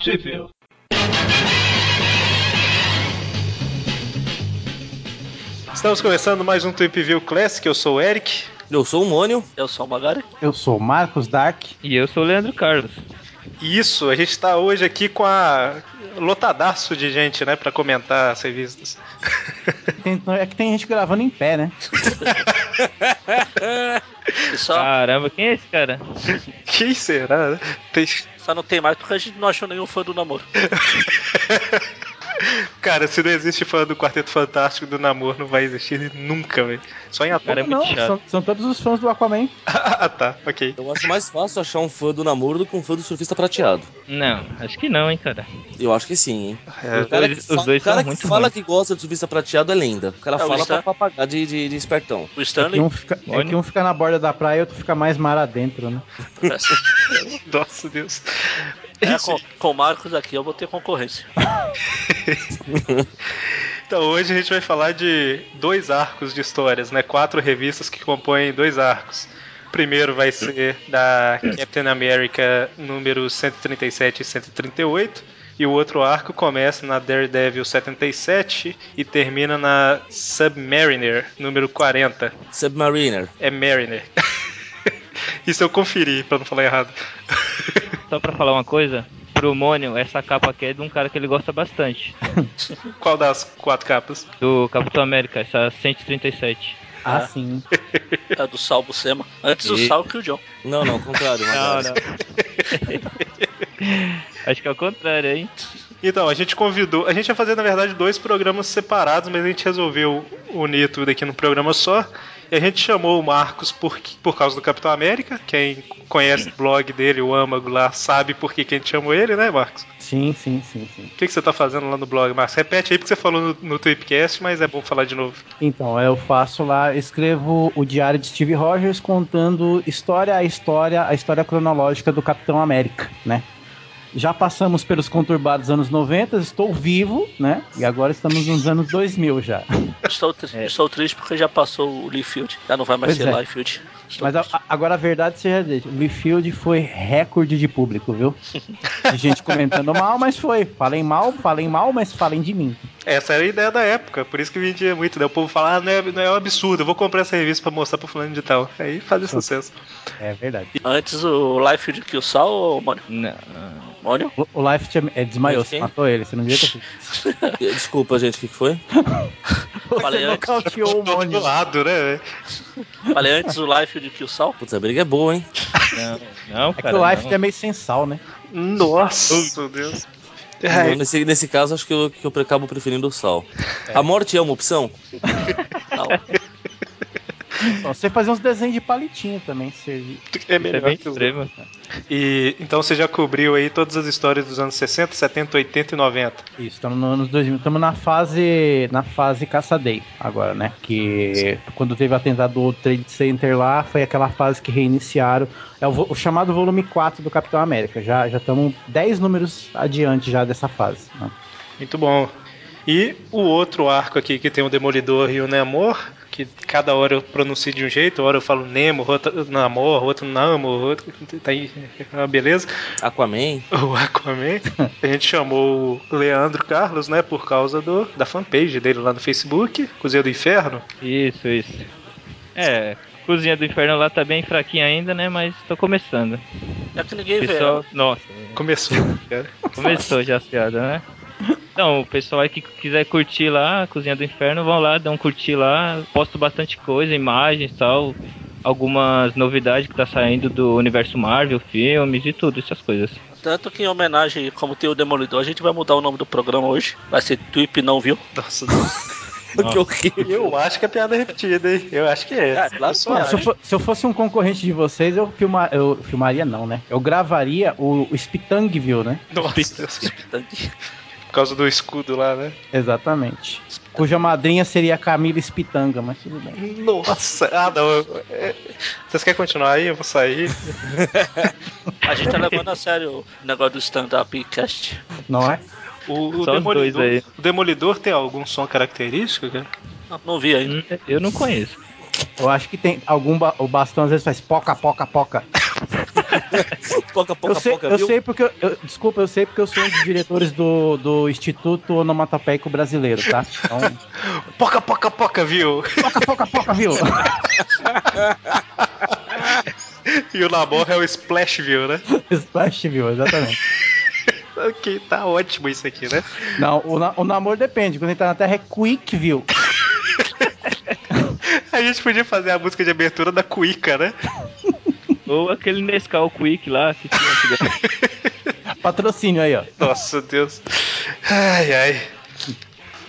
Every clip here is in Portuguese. Sheffield. Estamos começando mais um Trip View Classic, eu sou o Eric. Eu sou o Mônio. Eu sou o Magari. Eu sou o Marcos Dark. E eu sou o Leandro Carlos. E isso, a gente está hoje aqui com a lotadaço de gente, né, para comentar as revistas. Tem- é que tem gente gravando em pé, né? E só, Caramba, quem é esse cara? Quem será? né? Tem... só não tem mais porque a gente não achou nenhum fã do namoro. Cara, se não existe fã do Quarteto Fantástico do Namor, não vai existir nunca, velho. Só em ator. Cara, é muito não, chato. são, são todos os fãs do Aquaman. Ah, tá, ok. Eu acho mais fácil achar um fã do namoro do que um fã do surfista prateado. Não, acho que não, hein, cara. Eu acho que sim, hein? É, O cara Os- que, os fa- dois o um cara são que muito fala ruins. que gosta de surfista prateado é lenda. O cara É, o fala Stan- pra pagar de, de- de espertão. O Que Stanley. um, fica, é Olha. que um fica na borda da praia e outro fica mais mar adentro, né? nossa Deus. É, com, com o Marcos aqui eu vou ter concorrência. Então hoje a gente vai falar de dois arcos de histórias, né? Quatro revistas que compõem dois arcos. O primeiro vai ser da Captain America número 137 e 138. E o outro arco começa na Daredevil 77 e termina na Submariner número 40. Submariner. É Mariner. Isso eu conferi, pra não falar errado. Só pra falar uma coisa, pro Mônio, essa capa aqui é de um cara que ele gosta bastante. Qual das quatro capas? Do Capitão América, essa 137. Ah, sim. É do Sal Buscema. Antes o E- Sal que o John. Não, não, ao contrário. Não, Magari. não. acho que é o contrário, hein? Então, a gente convidou. A gente ia fazer, na verdade, dois programas separados, mas a gente resolveu unir tudo aqui num programa só. E a gente chamou o Marcos por, por causa do Capitão América. Quem conhece o blog dele, o âmago lá, sabe por que que a gente chamou ele, né, Marcos? Sim, sim, sim, sim. O que, que você tá fazendo lá no blog, Marcos? Repete aí porque você falou no, no Tweepcast, mas é bom falar de novo. Então, eu faço lá, escrevo o diário de Steve Rogers contando história a história, a história cronológica do Capitão América, né? Já passamos pelos conturbados anos 90, estou vivo, né? E agora estamos nos anos 2000 já. Estou, tri- estou triste porque já passou o Lee Field. Já não vai mais Pois ser é. Lee Field. Estou Mas a- triste. a- agora a verdade seja dita, o Field foi recorde de público, viu? De gente comentando mal, mas foi. Falem mal, falem mal, mas falem de mim. Essa era a ideia da época, por isso que vendia muito, né? O povo fala, ah, não é, não é um absurdo, eu vou comprar essa revista pra mostrar pro fulano de tal. Aí fazia sucesso. É verdade. Antes o Lee Field que o Sal ou o Mônio? Não. Mônio? O, o Life te- é, desmaiou, Mas quem? você matou ele, você não devia ter feito. Desculpa, gente, o que que foi? Falei Você antes. nocauteou o Do outro Mônio. lado, né? Falei antes o Lee Field que o Sal? Putz, a briga é boa, hein? Não, não É cara. que o Life não. é meio sem sal, né? Nossa, Oh, meu Deus. É. Não, nesse, nesse caso, acho que eu, que eu acabo preferindo o sal. A morte é uma opção? Não. Só você fazer uns desenhos de palitinho também, servir. É Isso é melhor bem que o- extremo. E então você já cobriu aí todas as histórias dos anos 60, 70, 80 e 90. Isso, estamos nos anos 2000, estamos na fase na fase caçadei agora, né? Que quando teve o atentado do World Trade Center lá, foi aquela fase que reiniciaram. É o, vo- o chamado volume 4 do Capitão América. Já já estamos 10 números adiante já dessa fase. né? Muito bom. E o outro arco aqui que tem o Demolidor e o Namor, que cada hora eu pronuncio de um jeito, hora eu falo Nemo, outro Namor, outro Namo, outro tá aí, é uma beleza. Aquaman? O Aquaman. A gente chamou o Leandro Carlos, né, por causa do da fanpage dele lá no Facebook, Cozinha do Inferno. Isso, isso. É, Cozinha do Inferno lá tá bem fraquinha ainda, né? Mas tô começando. É que ninguém vê. Pessoal, nossa, Começou, cara. Começou já a piada, né? Então, o pessoal aí que quiser curtir lá, a Cozinha do Inferno, vão lá, dão um curtir lá. Posto bastante coisa, imagens e tal. Algumas novidades que tá saindo do universo Marvel, filmes e tudo, essas coisas. Tanto que em homenagem, como tem o Demolidor, a gente vai mudar o nome do programa hoje. Vai ser Tweep Não Viu. Nossa, que horrível. eu acho que é piada repetida, hein? Eu acho que é. Ah, claro Eu que sou- é. Mano, se, eu fo- se eu fosse um concorrente de vocês, eu, filma, eu filmaria não, né? Eu gravaria o, o Spitangville, né? Nossa, Deus. é. Por causa do escudo lá, né? Exatamente. Cuja madrinha seria a Camila Spitanga, mas tudo bem. Nossa, ah não. eu- é- Vocês querem continuar aí? Eu vou sair. A gente tá levando a sério o negócio do stand-up e cast. Não é? O, o Só os Demolidor. dois aí. O Demolidor tem algum som característico, cara? Não, Não vi ainda. Hum, Eu não conheço. Eu acho que tem algum ba- o bastão às vezes faz poca, poca, poca. Poca, poca, eu sei, poca, eu viu? sei porque. eu- eu- desculpa, eu sei porque eu sou um dos diretores do, do Instituto Onomatopeico Brasileiro, tá? Então. Poca, poca, poca, viu? Poca, poca, poca, viu? E o Namor é o Splash View, né? Splash, viu? Exatamente. Ok, tá ótimo isso aqui, né? Não, o, na- o namoro depende. Quando ele tá na Terra é Quick, viu? A gente podia fazer a música de abertura da Cuica, né? Ou aquele Nescau Quick lá que tinha antigamente. Patrocínio aí, ó. Nossa Deus. Ai, ai.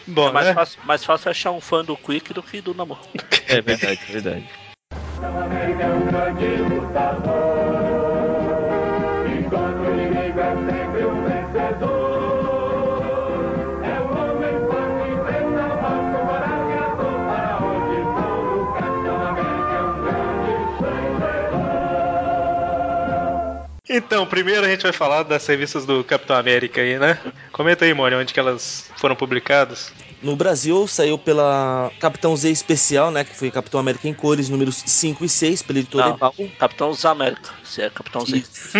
Bom, É mais, né? fácil, mais fácil achar um fã do Quick do que do Namor. É verdade, é verdade. Então, primeiro a gente vai falar das revistas do Capitão América aí, né? Comenta aí, Mônio, onde que elas foram publicadas. No Brasil saiu pela Capitão Z Especial, né? Que foi Capitão América em cores, números 5 e 6, pela editora Não. Ebal. Capitão Zamérica. Se é Capitão Z. Isso,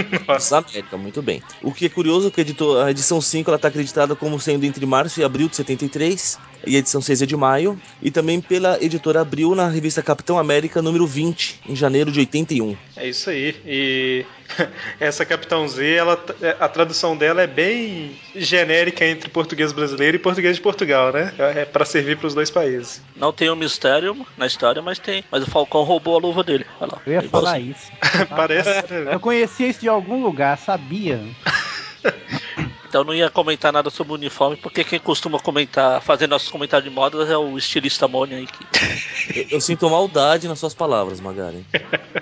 América, muito bem. O que é curioso é que a edito- a edição 5 está acreditada como sendo entre março e abril de 73, e a edição 6 é de maio, e também pela editora Abril na revista Capitão América número 20, em janeiro de 81. É isso aí. E essa Capitão Z, ela, a tradução dela é bem genérica entre português brasileiro e português de Portugal, né? É pra servir pros dois países. Não tem o mistério na história, mas tem. Mas o Falcão roubou a luva dele. Olha lá. Eu ia Igualzinho. falar isso. Parece. né? Eu conhecia isso de algum lugar, sabia. Então eu não ia comentar nada sobre o uniforme, porque quem costuma comentar, fazer nossos comentários de modas é o estilista Mônio aí. Que... Eu, eu sinto maldade nas suas palavras, Magari.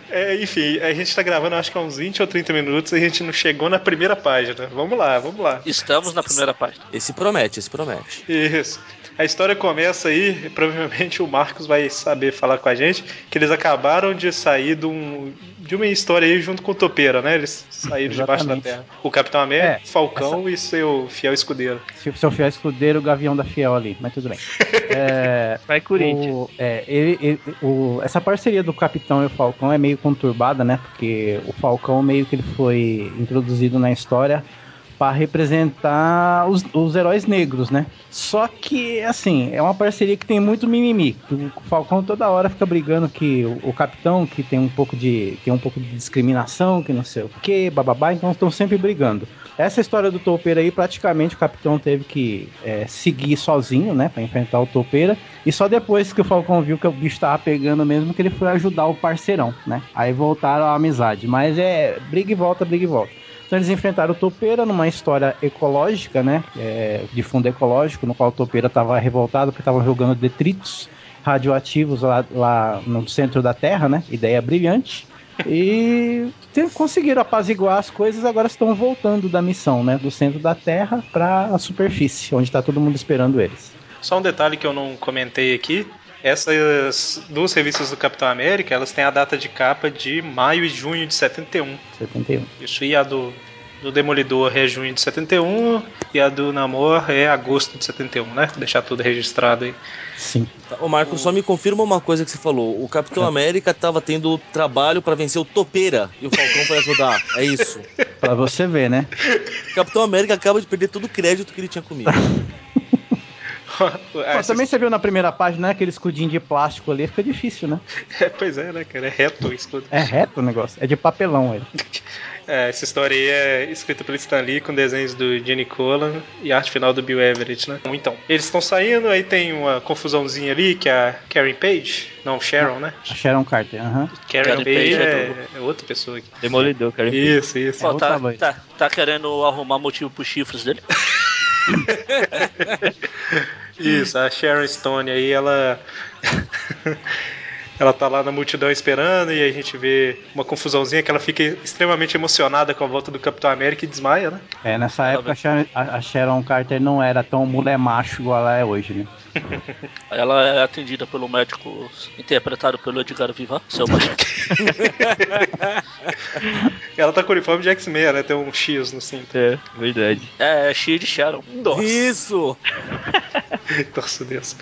É, enfim, a gente tá gravando acho que há uns 20 ou 30 minutos e a gente não chegou na primeira página. Vamos lá, vamos lá. Estamos na primeira página. Esse promete, esse promete. Isso. A história começa aí, e provavelmente o Marcos vai saber falar com a gente, que eles acabaram de sair de, um, de uma história aí junto com o Topeira, né? Eles saíram debaixo da Exatamente. terra. O Capitão América, É, Falcão e seu fiel escudeiro. Se o seu fiel escudeiro, o Gavião da Fiel ali, mas tudo bem. É, Vai Corinthians. o- é, ele- ele- o- essa parceria do Capitão e o Falcão é meio conturbada, né? Porque o Falcão meio que ele foi introduzido na história para representar os, os heróis negros, né? Só que, assim, é uma parceria que tem muito mimimi. que O Falcão toda hora fica brigando que o, o Capitão, que tem um pouco de tem um pouco de discriminação, que não sei o que, bababá, então estão sempre brigando. Essa história do toupeira aí, praticamente o Capitão teve que é, seguir sozinho, né, para enfrentar o toupeira. E só depois que o Falcão viu que o bicho tava pegando mesmo, que ele foi ajudar o parceirão, né? Aí voltaram a amizade. Mas é briga e volta, briga e volta. Então eles enfrentaram o Topeira numa história ecológica, né? É, de fundo ecológico, no qual o Topeira estava revoltado porque estava jogando detritos radioativos lá, lá no centro da Terra, né? Ideia brilhante. E tem- conseguiram apaziguar as coisas, agora estão voltando da missão, né? Do centro da Terra para a superfície, onde está todo mundo esperando eles. Só um detalhe que eu não comentei aqui. Essas duas revistas do Capitão América, elas têm a data de capa de maio e junho de 71. 71. Isso, e a do, do Demolidor é junho de 71 e a do Namor é agosto de 71, né? Deixar tudo registrado aí. Sim. Tá, Ô, Marco, só me confirma uma coisa que você falou. O Capitão América tava tendo trabalho para vencer o Topeira e o Falcão foi ajudar. É isso. Pra você ver, né? O Capitão América acaba de perder todo o crédito que ele tinha comigo. Ah, Pô, também você viu na primeira página né, aquele escudinho de plástico ali, fica difícil, né? É, pois é, né, cara? É reto o escudo. É reto o negócio, é de papelão ele. É, essa história aí é escrita pelo Stan Lee com desenhos do Gene Colan e arte final do Bill Everett, né? Então, eles estão saindo, aí tem uma confusãozinha ali que a Karen Page, não Sharon, né? A Sharon Carter, aham. Karen, Karen Page, Page é é, é outra pessoa aqui. Demolidor, cara. Isso, isso. É Ó, outra tá, loira. tá, tá querendo arrumar motivo pros chifres dele? Isso, a Sharon Stone aí, ela. ela tá lá na multidão esperando e a gente vê uma confusãozinha que ela fica extremamente emocionada com a volta do Capitão América e desmaia, né? É, nessa época a Sharon, a- a Sharon Carter não era tão mulher macho igual ela é hoje, né? Aí Ela é atendida pelo médico interpretado pelo Edgar Viva, seu baixinho. Ela tá com o uniforme de X-Men, né? Tem um X no cinto. É, verdade. É, cheio de Sharon. Isso! um Nossa Deus.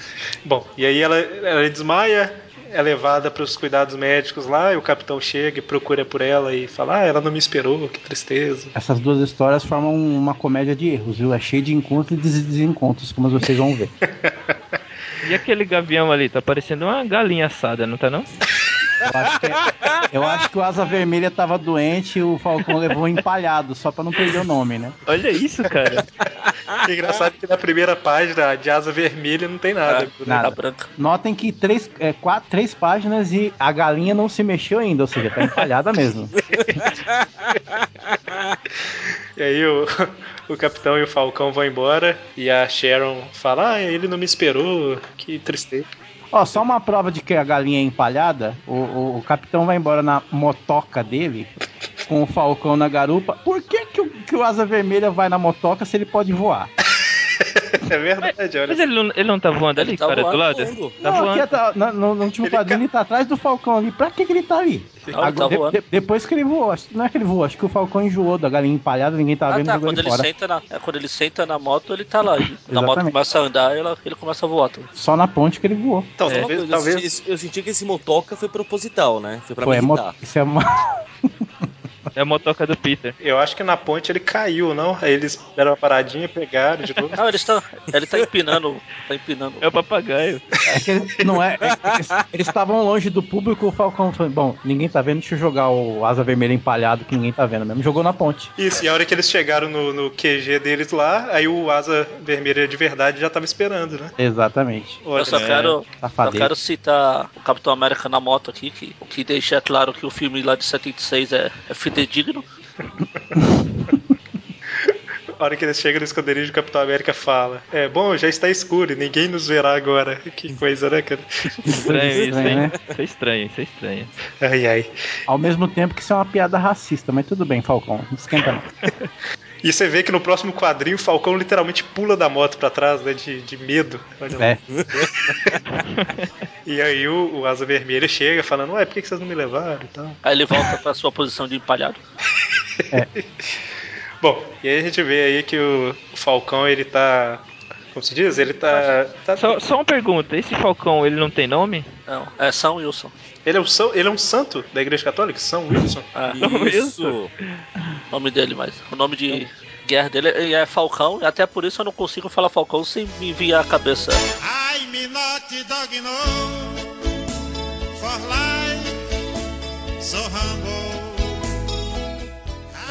Bom, e aí ela, ela desmaia. é levada para os cuidados médicos lá, e o capitão chega e procura por ela e fala: Ah, ela não me esperou, que tristeza. Essas duas histórias formam uma comédia de erros, viu? É cheio de encontros e des- desencontros, como vocês vão ver. E aquele gavião ali? Tá parecendo uma galinha assada, não tá não? Eu acho que, é- eu acho que o Asa Vermelha tava doente e o Falcão levou empalhado, só pra não perder o nome, né? Olha isso, cara. Que é engraçado que na primeira página de asa vermelha não tem nada. Ah, nada. Tá branca. Notem que três, é, quatro, três páginas e a galinha não se mexeu ainda, ou seja, tá empalhada mesmo. Ah. E aí o, o capitão e o Falcão vão embora e a Sharon fala: Ah, ele não me esperou, que tristeza. Ó, só uma prova de que a galinha é empalhada. O, o- o capitão vai embora na motoca dele, com o falcão na garupa. Por que, que, o, que o Asa Vermelha vai na motoca se ele pode voar? É verdade, olha. Mas ele não, ele não tá voando ali, Ele tá cara, do voando, lado? Fundo. Tá não, voando. aqui tá- na- no, no último Ele quadrinho ele tá atrás do falcão ali. Pra que, que ele tá ali? Não, ele tá Agora, de- voando. de- depois que ele voou, acho- não é que ele voou, acho que o falcão enjoou da galinha empalhada, ninguém tá Ah, vendo, tá. jogou Quando ele ele, fora. senta na, é, quando ele senta na moto, ele tá lá. E a moto Exatamente. começa a andar, ela, ele começa a voar. tá? Só na ponte que ele voou. Então, É. talvez, Eu talvez senti- eu senti que esse motoca foi proposital, né? Foi pra Pô, é mo- militar. isso é uma... É a motoca do Peter. Eu acho que na ponte ele caiu, não? Aí eles deram uma paradinha, pegaram de novo. Não, ele está, ele tá empinando, tá empinando. É o papagaio. É que eles, não é, é que eles- eles estavam longe do público, o Falcão falou, bom, ninguém tá vendo, deixa eu jogar o Asa Vermelha empalhado que ninguém tá vendo mesmo. Jogou na ponte. Isso, e a hora que eles chegaram no, no QG deles lá, aí o Asa Vermelha de verdade já tava esperando, né? Exatamente. Olha, Eu só quero, só Safadeiro. quero citar o Capitão América na moto aqui, que, que deixa claro que o filme lá de 76 é, é fidedigno. A hora que eles chegam no esconderijo, o Capitão América fala: É bom, já está escuro e ninguém nos verá agora. Que coisa, né, cara? Estranho isso, Estranho, hein? né? Isso é estranho, isso é estranho. Ai, ai. Ao mesmo tempo que isso é uma piada racista, mas tudo bem, Falcão, não esquenta não. E você vê que no próximo quadrinho o Falcão literalmente pula da moto pra trás, né? De, de medo. Olha lá. É, E aí o, o Asa Vermelha chega falando: Ué, por que que vocês não me levaram e tal? Aí ele volta pra sua posição de empalhado. Bom, e aí a gente vê aí que o Falcão ele tá. Como se diz? Ele tá. tá- Só, só uma pergunta, esse Falcão, ele não tem nome? Não, é São Wilson. ele, é um, san- ele é um santo da Igreja Católica? São Wilson? É, Isso! o nome dele, mas o nome de guerra dele é é Falcão. E até por isso eu não consigo falar Falcão sem me enviar a cabeça. I'm a naughty dog, you know, for life, so humble.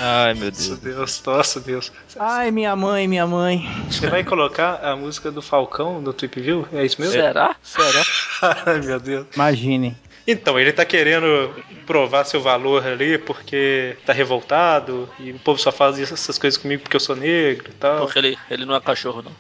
Ai, meu Nossa Deus. Deus, nossa Deus. Ai, minha mãe, minha mãe. Você vai colocar a música do Falcão no Trip View? É isso mesmo? Será? Será? Ai, meu Deus. Imagine. Então, ele tá querendo provar seu valor ali porque tá revoltado e o povo só faz isso- essas coisas comigo porque eu sou negro e tal. Porque ele, ele não é cachorro, não.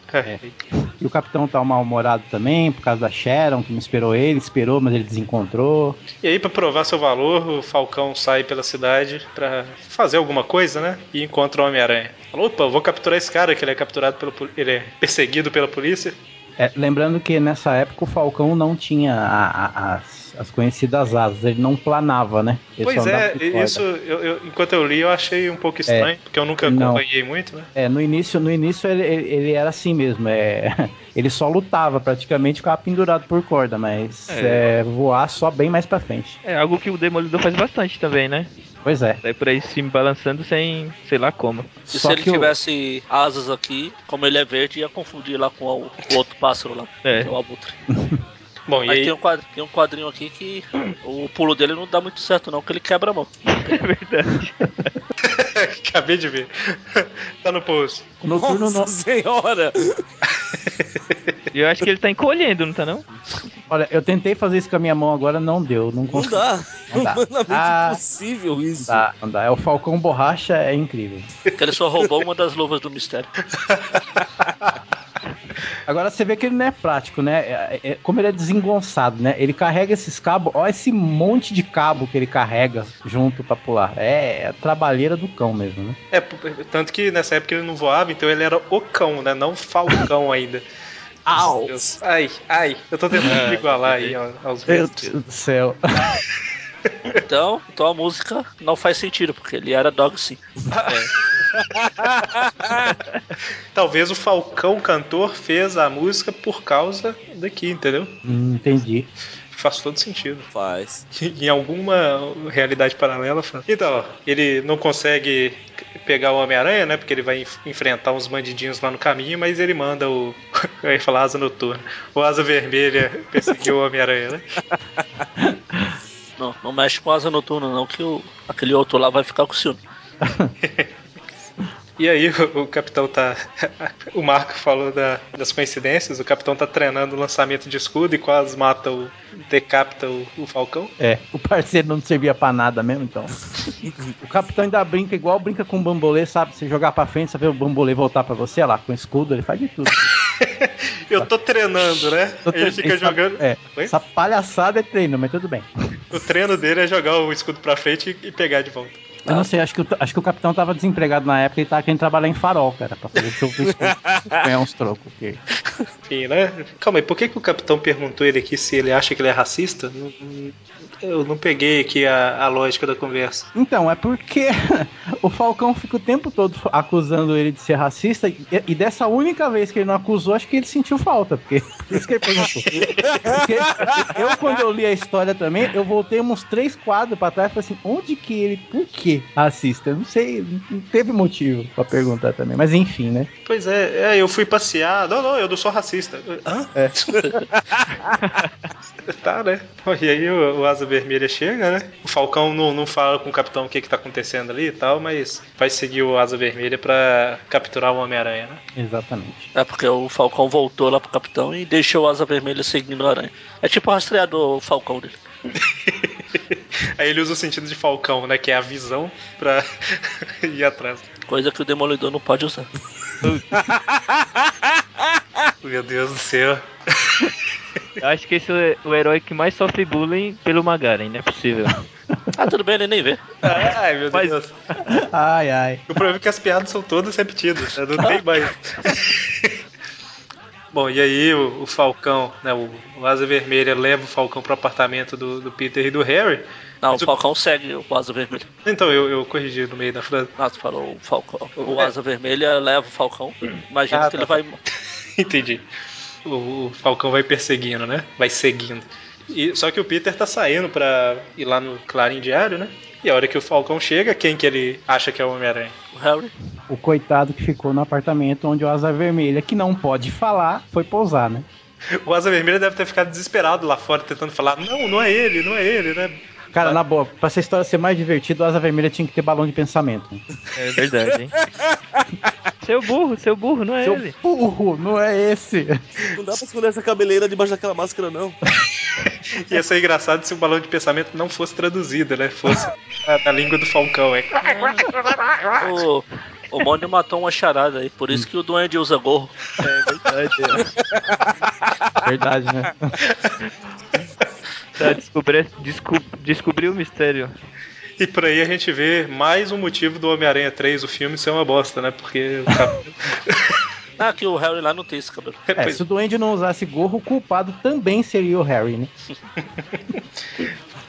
E o capitão tá mal-humorado também, por causa da Sharon, que não esperou ele, esperou, mas ele desencontrou. E aí, pra provar seu valor, o Falcão sai pela cidade pra fazer alguma coisa, né? E encontra o Homem-Aranha. Fala, opa, eu vou capturar esse cara, que ele é capturado pelo. poli- Ele é perseguido pela polícia. É, lembrando que nessa época o Falcão não tinha a- a- as, as conhecidas asas, ele não planava, né? Ele pois só andava é, de corda. isso, eu- eu- enquanto eu li, eu achei um pouco estranho, porque eu nunca É, Não. acompanhei muito, né? É, no início, no início ele, ele- ele era assim mesmo. É, ele só lutava praticamente, ficava pendurado por corda, mas é, voar só bem mais pra frente. É algo que o Demolidor faz bastante também, né? Pois é. Sai por aí se balançando sem sei lá como. E só se ele que o- tivesse asas aqui, como ele é verde, ia confundir lá com o, o outro pássaro lá, É. que é o abutre. Bom, e Mas tem aí, um, quadro, tem um quadrinho aqui que o pulo dele não dá muito certo, não, que ele quebra a mão. É verdade. um- acabei de ver. tá no post. no turno Nossa no... senhora! E eu acho que ele tá encolhendo, não tá não? Olha, eu tentei fazer isso com a minha mão agora, não deu, não Não consegui. dá! Não dá. Humanamente Ah. impossível isso. Não dá, não dá. É o Falcão Borracha, é incrível. Que ele só roubou uma das luvas do mistério. Agora você vê que ele não é prático, né? É- é- como ele é desengonçado, né? Ele carrega esses cabos, ó, esse monte de cabo que ele carrega junto pra pular. É, é a trabalheira do cão mesmo, né? É, p- tanto que nessa época ele não voava, então ele era o cão, né? Não Falcão ainda. Au! Deus. Ai, ai, eu tô tentando Ah, me igualar aí ao- aos meus. Deus do céu. Então, então a música não faz sentido, porque ele era dog sim. Talvez o Falcão cantor fez a música por causa daqui, entendeu? Hum, entendi. Faz todo sentido. Faz. Em alguma realidade paralela, Fran. Então, ele não consegue pegar o Homem-Aranha, né? Porque ele vai enf- enfrentar uns bandidinhos lá no caminho, mas ele manda o. Eu ia falar asa noturna. O asa vermelha perseguiu o Homem-Aranha, né? Não, não mexe com asa noturna, não, que o, aquele outro lá vai ficar com ciúme. E aí o, o capitão tá. O Marco falou da- das coincidências, o capitão tá treinando o lançamento de escudo e quase mata o. decapita o, o Falcão. É, o parceiro não servia pra nada mesmo, então. o capitão ainda brinca igual brinca com o bambolê, sabe? Se jogar pra frente, você vê o bambolê voltar pra você, olha lá, com escudo, ele faz de tudo. Eu tô treinando, né? Ele fica Essa- jogando. É, Oi? essa palhaçada é treino, mas tudo bem. O treino dele é jogar o escudo pra frente e e pegar de volta. Eu não sei, acho que, o, acho que o capitão tava desempregado na época e tava querendo trabalhar em farol, cara, pra fazer show pro escudo, ganhar uns trocos. porque- Enfim, né? Calma aí, por que, que o capitão perguntou ele aqui se ele acha que ele é racista? Não- não- Eu não peguei aqui a, a lógica da conversa. Então, é porque o Falcão fica o tempo todo acusando ele de ser racista e, e dessa única vez que ele não acusou, acho que ele sentiu falta, porque por isso que ele perguntou. Porque eu, quando eu li a história também, eu voltei uns três quadros pra trás e falei assim, onde que ele, por que racista? Eu não sei, não teve motivo pra perguntar também, mas enfim, né? Pois é, é, eu fui passear. Não, não, eu não sou racista. Hã? tá, né? Bom, E aí o, o Asa Vermelha chega, né? O Falcão não, não fala com o capitão o que, que tá acontecendo ali e tal, mas vai seguir o Asa Vermelha pra capturar o Homem-Aranha, né? Exatamente. É porque o Falcão voltou lá pro capitão e deixou a asa vermelha seguindo o aranha. É tipo o rastreador o Falcão dele. Aí ele usa o sentido de Falcão, né? Que é a visão pra ir atrás. Coisa que o Demolidor não pode usar. Meu Deus do céu. Eu acho que esse é o herói que mais sofre bullying pelo Magaren, não é possível. Ah, tudo bem, ele nem vê. Ai, meu Mas- Deus. Ai, ai. O problema é que as piadas são todas repetidas, né? não tem mais. Bom, e aí o, o Falcão, né, o, o Asa Vermelha leva o Falcão pro apartamento do, do Peter e do Harry. Não, Mas o o- Falcão segue o Asa Vermelha. Então, eu, eu corrigi no meio da frase. Nossa, falou o Falcão. É. O Asa Vermelha leva o Falcão. Imagina Ah, que tá. ele vai. Entendi. O, o Falcão vai perseguindo, né? Vai seguindo. E, só que o Peter tá saindo pra ir lá no Clarim Diário, né? E a hora que o Falcão chega, quem que ele acha que é o Homem-Aranha? O Harry. O coitado que ficou no apartamento onde o Asa Vermelha, que não pode falar, foi pousar, né? O Asa Vermelha deve ter ficado desesperado lá fora, tentando falar: não, não é ele, não é ele, né? Cara, na boa, pra essa história ser mais divertida, o Asa Vermelha tinha que ter balão de pensamento. É verdade, hein? seu burro, seu burro, não é Seu ele. burro, não é esse. Não dá pra esconder essa cabeleira debaixo daquela máscara, não. Ia ser engraçado se o balão de pensamento não fosse traduzido, né? Fosse na, na língua do Falcão, hein? Ah. O, o Mônio matou uma charada aí. Por isso que o Duende usa gorro. Verdade, né? Pra descobrir, descu- descobrir o mistério. E por aí a gente vê mais um motivo do Homem-Aranha 3, o filme, ser uma bosta, né? Porque. Ah, que o Harry lá não tem esse cabelo. É, se o Duende não usasse gorro, o culpado também seria o Harry, né?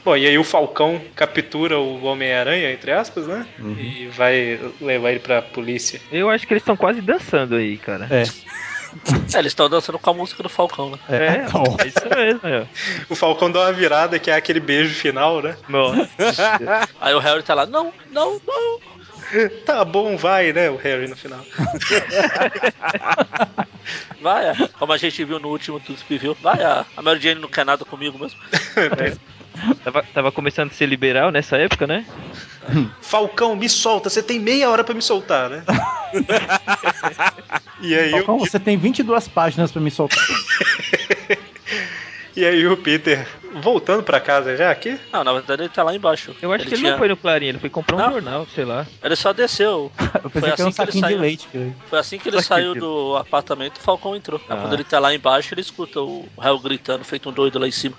Bom, e aí o Falcão captura o Homem-Aranha, entre aspas, né? E vai levar ele pra polícia. Eu acho que eles estão quase dançando aí, cara. É, É, eles estão dançando com a música do Falcão, né? é. É, Bom, é isso mesmo, aí, ó. O Falcão dá uma virada, que é aquele beijo final, né? Nossa. Aí o Harry tá lá, não, não, não. Tá bom, vai, né? O Harry no final. Vai, ah. como a gente viu no último Tudo que viu. Vai, ah. a Mary Jane não quer nada comigo mesmo. Tava, tava começando a ser liberal nessa época, né? Falcão, me solta, você tem meia hora pra me soltar, né? e aí Falcão, o você tem 22 páginas pra me soltar. E aí o Peter, voltando pra casa já aqui, Não, na verdade ele tá lá embaixo. Eu acho que ele tinha- não foi no Clarim, ele foi comprar um Não. jornal, sei lá. Ele só desceu. Eu Foi pensei que assim era um que ele saquinho de saiu. leite. cara. Foi assim que ele Pra que saiu que- do apartamento, o Falcão entrou. Aí Ah. Quando ele tá lá embaixo, ele escuta o réu gritando, feito um doido lá em cima.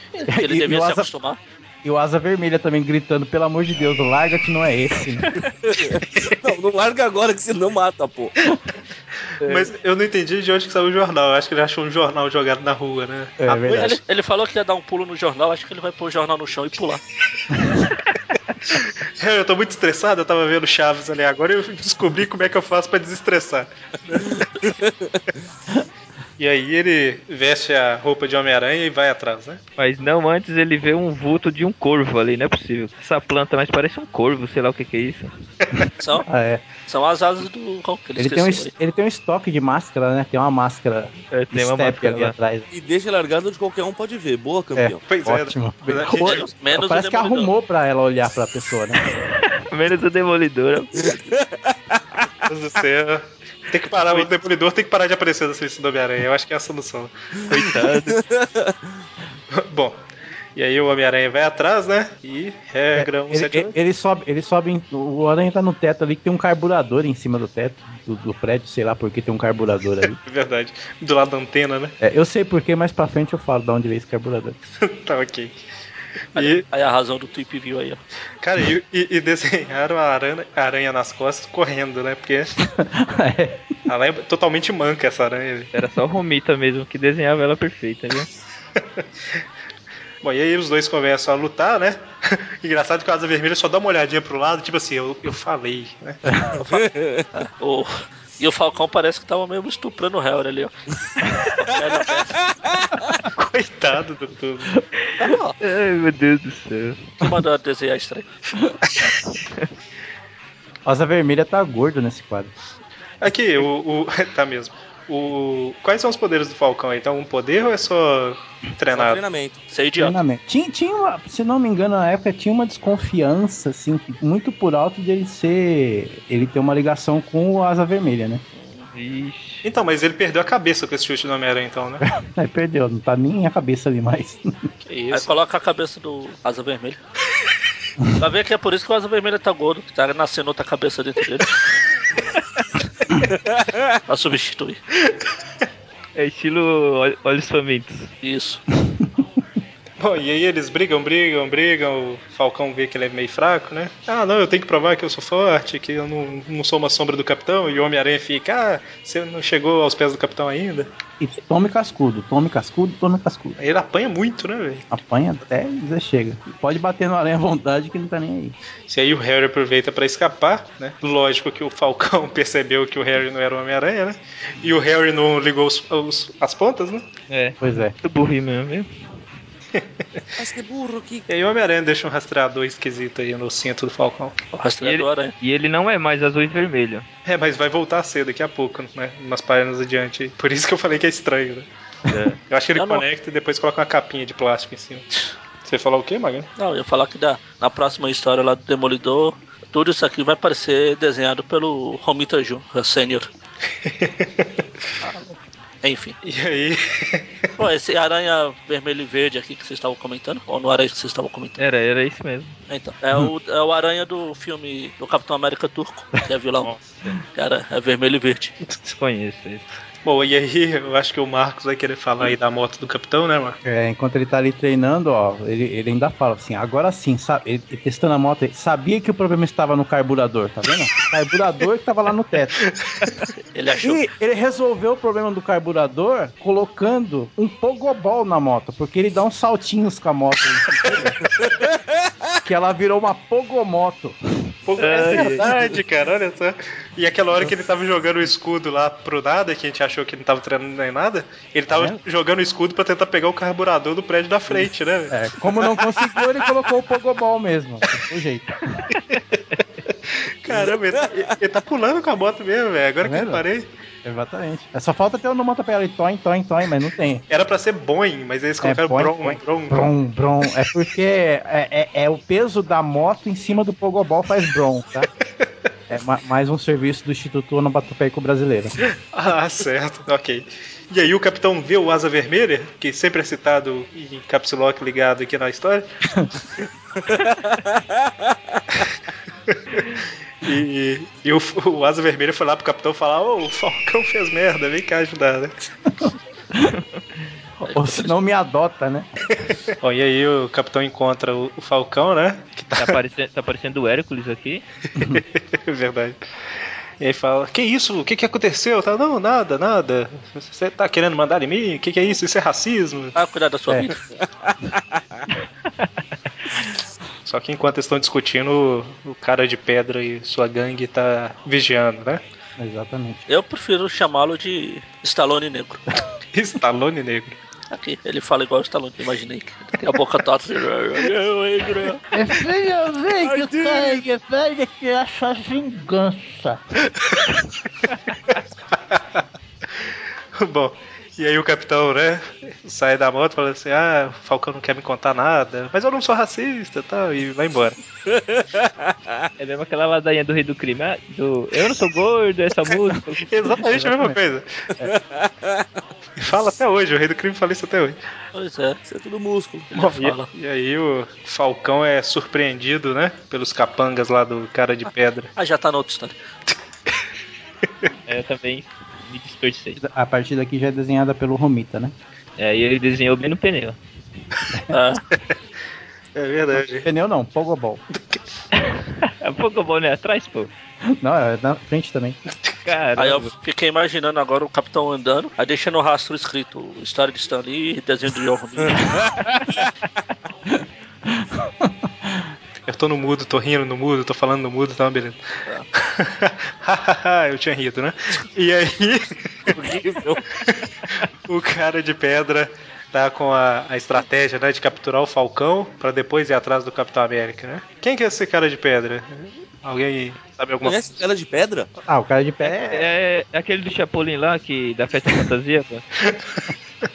E- Ele e devia o se Asa- acostumar. E o Asa Vermelha também gritando, pelo amor de Deus, larga que não é esse. Não, não larga agora que senão mata, pô. mas eu não entendi de onde que saiu o jornal. Eu acho que ele achou um jornal jogado na rua, né? É Ah, verdade. Ele, ele falou que ia dar um pulo no jornal, acho que ele vai pôr o jornal no chão e pular. É, Eu eu tô muito estressado, eu tava vendo Chaves ali agora e eu descobri como é que eu faço pra desestressar. E aí ele veste a roupa de Homem-Aranha e vai atrás, né? Mas não, antes ele vê um vulto de um corvo ali, não é possível. Essa planta mais parece um corvo, sei lá o que, que é isso. São, Ah, é. são as asas do Hulk. Ele Ele tem, um, esqueceu, es- ele tem um estoque de máscara, né? Tem uma máscara É, tem uma step máscara ali lá. atrás. E deixa largado onde qualquer um pode ver. Boa, campeão. Pois Ótimo. é. né? Cor- menos- menos o Parece que Demolidor. arrumou pra ela olhar pra pessoa, né? Menos o Demolidor. Meu Deus do céu. Tem que parar, o Demolidor tem que parar de aparecer na lista do Homem-Aranha. Eu acho que é a solução. Coitado. Bom, e aí o Homem-Aranha vai atrás, né? E regra Ele, 178. ele- ele sobe, ele sobe. em- o Aranha tá no teto ali que tem um carburador em cima do teto do, do prédio, sei lá por que tem um carburador ali. É Verdade. Do lado da antena, né? É, eu sei porque mais pra frente eu falo de onde veio esse carburador. tá ok. E, Aí a razão do Tweep viu aí, ó. cara, e, e- e desenharam a aranha, a aranha nas costas correndo, né? Porque É. ela é totalmente manca, essa aranha. velho. Era só o Romita mesmo que desenhava ela perfeita, viu? Bom, e aí os dois começam a lutar, né? Engraçado que o Asa Vermelha só dá uma olhadinha pro lado, tipo assim, eu, eu falei, né? Tá. O- E o Falcão parece que tava mesmo estuprando o Harry ali, ó. Coitado do tudo. Ai, meu Deus do céu. Que mandou desenhar estranho. Rosa Vermelha tá gordo nesse quadro. Aqui, o, o- Tá mesmo. O... Quais são os poderes do Falcão aí? Tem algum poder ou é só Só treinado? Tá treinamento. Você é idiota. Treinamento. Tinha, tinha uma, se não me engano, na época tinha uma desconfiança, assim, muito por alto dele ser. ele ter uma ligação com o Asa Vermelha, né? Vixe. Então, mas ele perdeu a cabeça com esse chute do Homem-Aranha, então, né? Aí perdeu, não tá nem a cabeça ali mais. Que Aí isso. coloca a cabeça do Asa Vermelha. Vai ver que é por isso que o Asa Vermelha tá gordo, que tá nascendo outra cabeça dentro dele. pra substituir. É estilo ol- Olhos Famintos. Isso. Bom, e aí eles brigam, brigam, brigam. O Falcão vê que ele é meio fraco, né? Ah, não, eu tenho que provar que eu sou forte, que eu não, não sou uma sombra do capitão. E o Homem-Aranha fica, ah, você não chegou aos pés do capitão ainda. E tome cascudo, tome cascudo, tome cascudo. Aí ele apanha muito, né, velho? Apanha até dizer chega. Pode bater no aranha à vontade que não tá nem aí. E aí o Harry aproveita pra escapar, né? Lógico que o Falcão percebeu que o Harry não era o Homem-Aranha, né? E o Harry não ligou os- os- as pontas, né? É. Pois é. Muito burrinho mesmo, viu? Mas que burro que. E aí o Homem-Aranha deixa um rastreador esquisito aí no cinto do Falcão. O E ele, rastreador, hein? e ele não é mais azul e vermelho. É, mas vai voltar cedo daqui a pouco, né? Umas páginas adiante. Por isso que eu falei que é estranho, né? É. Eu acho que ele Não, não. conecta e depois coloca uma capinha de plástico em cima. Você falou o quê, Magno? Não, eu ia falar que da, na próxima história lá do Demolidor, tudo isso aqui vai parecer desenhado pelo Romita Jr. Sênior. Enfim. E aí. Pô, esse aranha vermelho e verde aqui que vocês estavam comentando, ou não era isso que vocês estavam comentando? Era, era isso mesmo. Então, é o, é o aranha do filme do Capitão América Turco, que é vilão. Cara, é vermelho e verde. Desconheço isso. Bom, e aí eu acho que o Marcos vai querer falar aí da moto do capitão, né, Marcos? É, enquanto ele tá ali treinando, ó, ele, ele ainda fala assim, agora sim, sabe, ele, ele testando a moto, ele sabia que o problema estava no carburador, tá vendo? O carburador que tava lá no teto. Ele achou. E ele resolveu o problema do carburador colocando um pogobol na moto, porque ele dá uns saltinhos com a moto. né? que ela virou uma pogomoto. Pô, é verdade, cara, olha só. E aquela hora que ele tava jogando o escudo lá pro nada, que a gente achou que ele não tava treinando nem nada, ele tava Tá vendo? jogando o escudo pra tentar pegar o carburador do prédio da frente, né? velho? É, como não conseguiu, ele colocou o pogobol mesmo. O jeito. Caramba, ele tá, ele tá pulando com a moto É mesmo, velho. Agora Tá que eu vendo? parei. Exatamente. É, só falta ter o nome pra ela e toin, toin, toin, mas não tem. Era pra ser Boeing, mas eles É, colocaram põe, Bron, põe. Bron, Brom, brom. É porque é, é- é o peso da moto em cima do pogobol faz brom, tá? É ma- mais um serviço do Instituto Onomatopeico Brasileiro. Ah, certo, ok. E aí o capitão vê o Asa Vermelha, que sempre é citado em caps lock ligado aqui na história. e e o, o Asa Vermelha foi lá pro capitão falar, ô, o Falcão fez merda, vem cá ajudar, né? Ou se não me adota, né? Bom, e aí o capitão encontra o, o Falcão, né? Que Tá aparecendo, tá aparecendo o Hércules aqui. É verdade. E aí fala, que isso? O que, que aconteceu? Tá, não, nada, nada. Você tá querendo mandar em mim? O que, que é isso? Isso é racismo? Ah, cuidar da sua É. vida. Só que enquanto eles estão discutindo, o o cara de pedra e sua gangue tá vigiando, né? Exatamente. Eu prefiro chamá-lo de Stallone Negro. Stallone negro. Aqui, ele fala igual o Stallone, imaginei. Tem a boca torta. assim, Eu, negro. Eu sei, eu sei É, que o sangue pede que acha vingança. Bom, e aí o capitão, né, sai da moto falando assim: ah, o Falcão não quer me contar nada, mas eu não sou racista e tal, e vai embora. É mesmo aquela ladainha do rei do crime. ah, do Eu não sou gordo, essa música. Exatamente a mesma coisa. E fala até hoje, o Rei do Crime fala isso até hoje. Pois é. Isso é tudo músculo. Ele fala. E aí o Falcão é surpreendido, né, pelos capangas lá do cara de pedra. Ah, já tá na outra história. É, eu também me distorcei. A partir daqui já é desenhada pelo Romita, né? É, e ele desenhou bem no pneu. Ah, É verdade. Pneu não, Pogobol. É um pouco bom, né? Atrás, pô. Não, é na frente também. Cara, aí eu fiquei imaginando agora o capitão andando, aí deixando o rastro escrito: história de Stanley e desenho de John Romita. Eu tô no mudo, tô rindo no mudo, tô falando no mudo, tá uma beleza. eu tinha rido, né? E aí. o cara de pedra tá com a, a estratégia né, de capturar o Falcão pra depois ir atrás do Capitão América, né? Quem que é esse cara de pedra? Alguém sabe alguma coisa? Conhece cara de pedra? Ah, o cara de pé. é- é é aquele do Chapolin lá, que da festa fantasia, pô.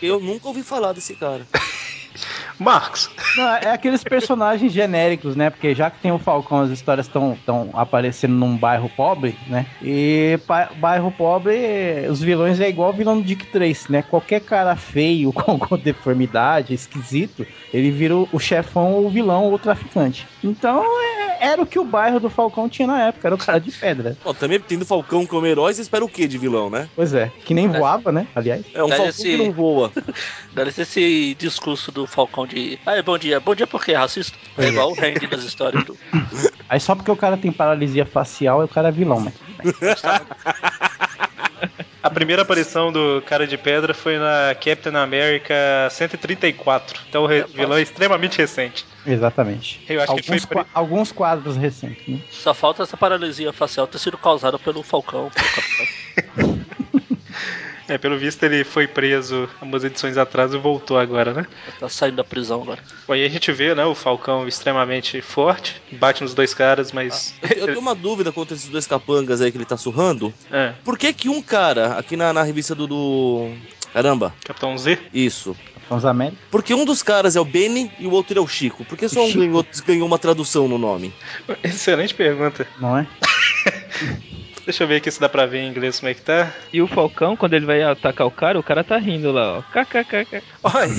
Eu nunca ouvi falar desse cara. Marcos! Não, é aqueles personagens genéricos, né? Porque já que tem o Falcão, as histórias estão aparecendo num bairro pobre, né? E pa- bairro pobre, os vilões é igual o vilão do Dick Trace, né? Qualquer cara feio, com alguma deformidade, esquisito, ele vira o o chefão, ou o vilão, ou o traficante. Então, é- era o que o bairro do Falcão tinha na época, era o cara de pedra. Bom, também tendo Falcão como herói, você espera o quê de vilão, né? Pois é, que nem voava, né? Aliás. É um Mas Falcão esse- que não voa. Dá licença esse discurso do Falcão de. Ah, é bom dia. Bom dia porque é racista. É igual o Hank nas histórias do. Aí só porque o cara tem paralisia facial, o cara é vilão, né? A primeira aparição do cara de pedra foi na Captain America 134. Então o re- vilão é extremamente recente. Exatamente. Eu acho que alguns, foi pre- qua- alguns quadros recentes, né? Só falta essa paralisia facial ter sido causada pelo Falcão. pelo Capitão. É, pelo visto ele foi preso algumas edições atrás e voltou agora, né? Tá saindo da prisão agora. Bom, e aí a gente vê, né, o Falcão extremamente forte, bate nos dois caras, mas. Eu tenho uma dúvida contra esses dois capangas aí que ele tá surrando. É, Por que que um cara, aqui na, na revista do, do- Caramba, Capitão Z? isso. Os América. Porque um dos caras é o Benny e o outro é o Chico. Por que só um Chico. ganhou, ganhou uma tradução no nome? Excelente pergunta. Não é? Deixa eu ver aqui se dá pra ver em inglês como é que tá. E o Falcão, quando ele vai atacar o cara, o cara tá rindo lá, ó. KKKK. Ai,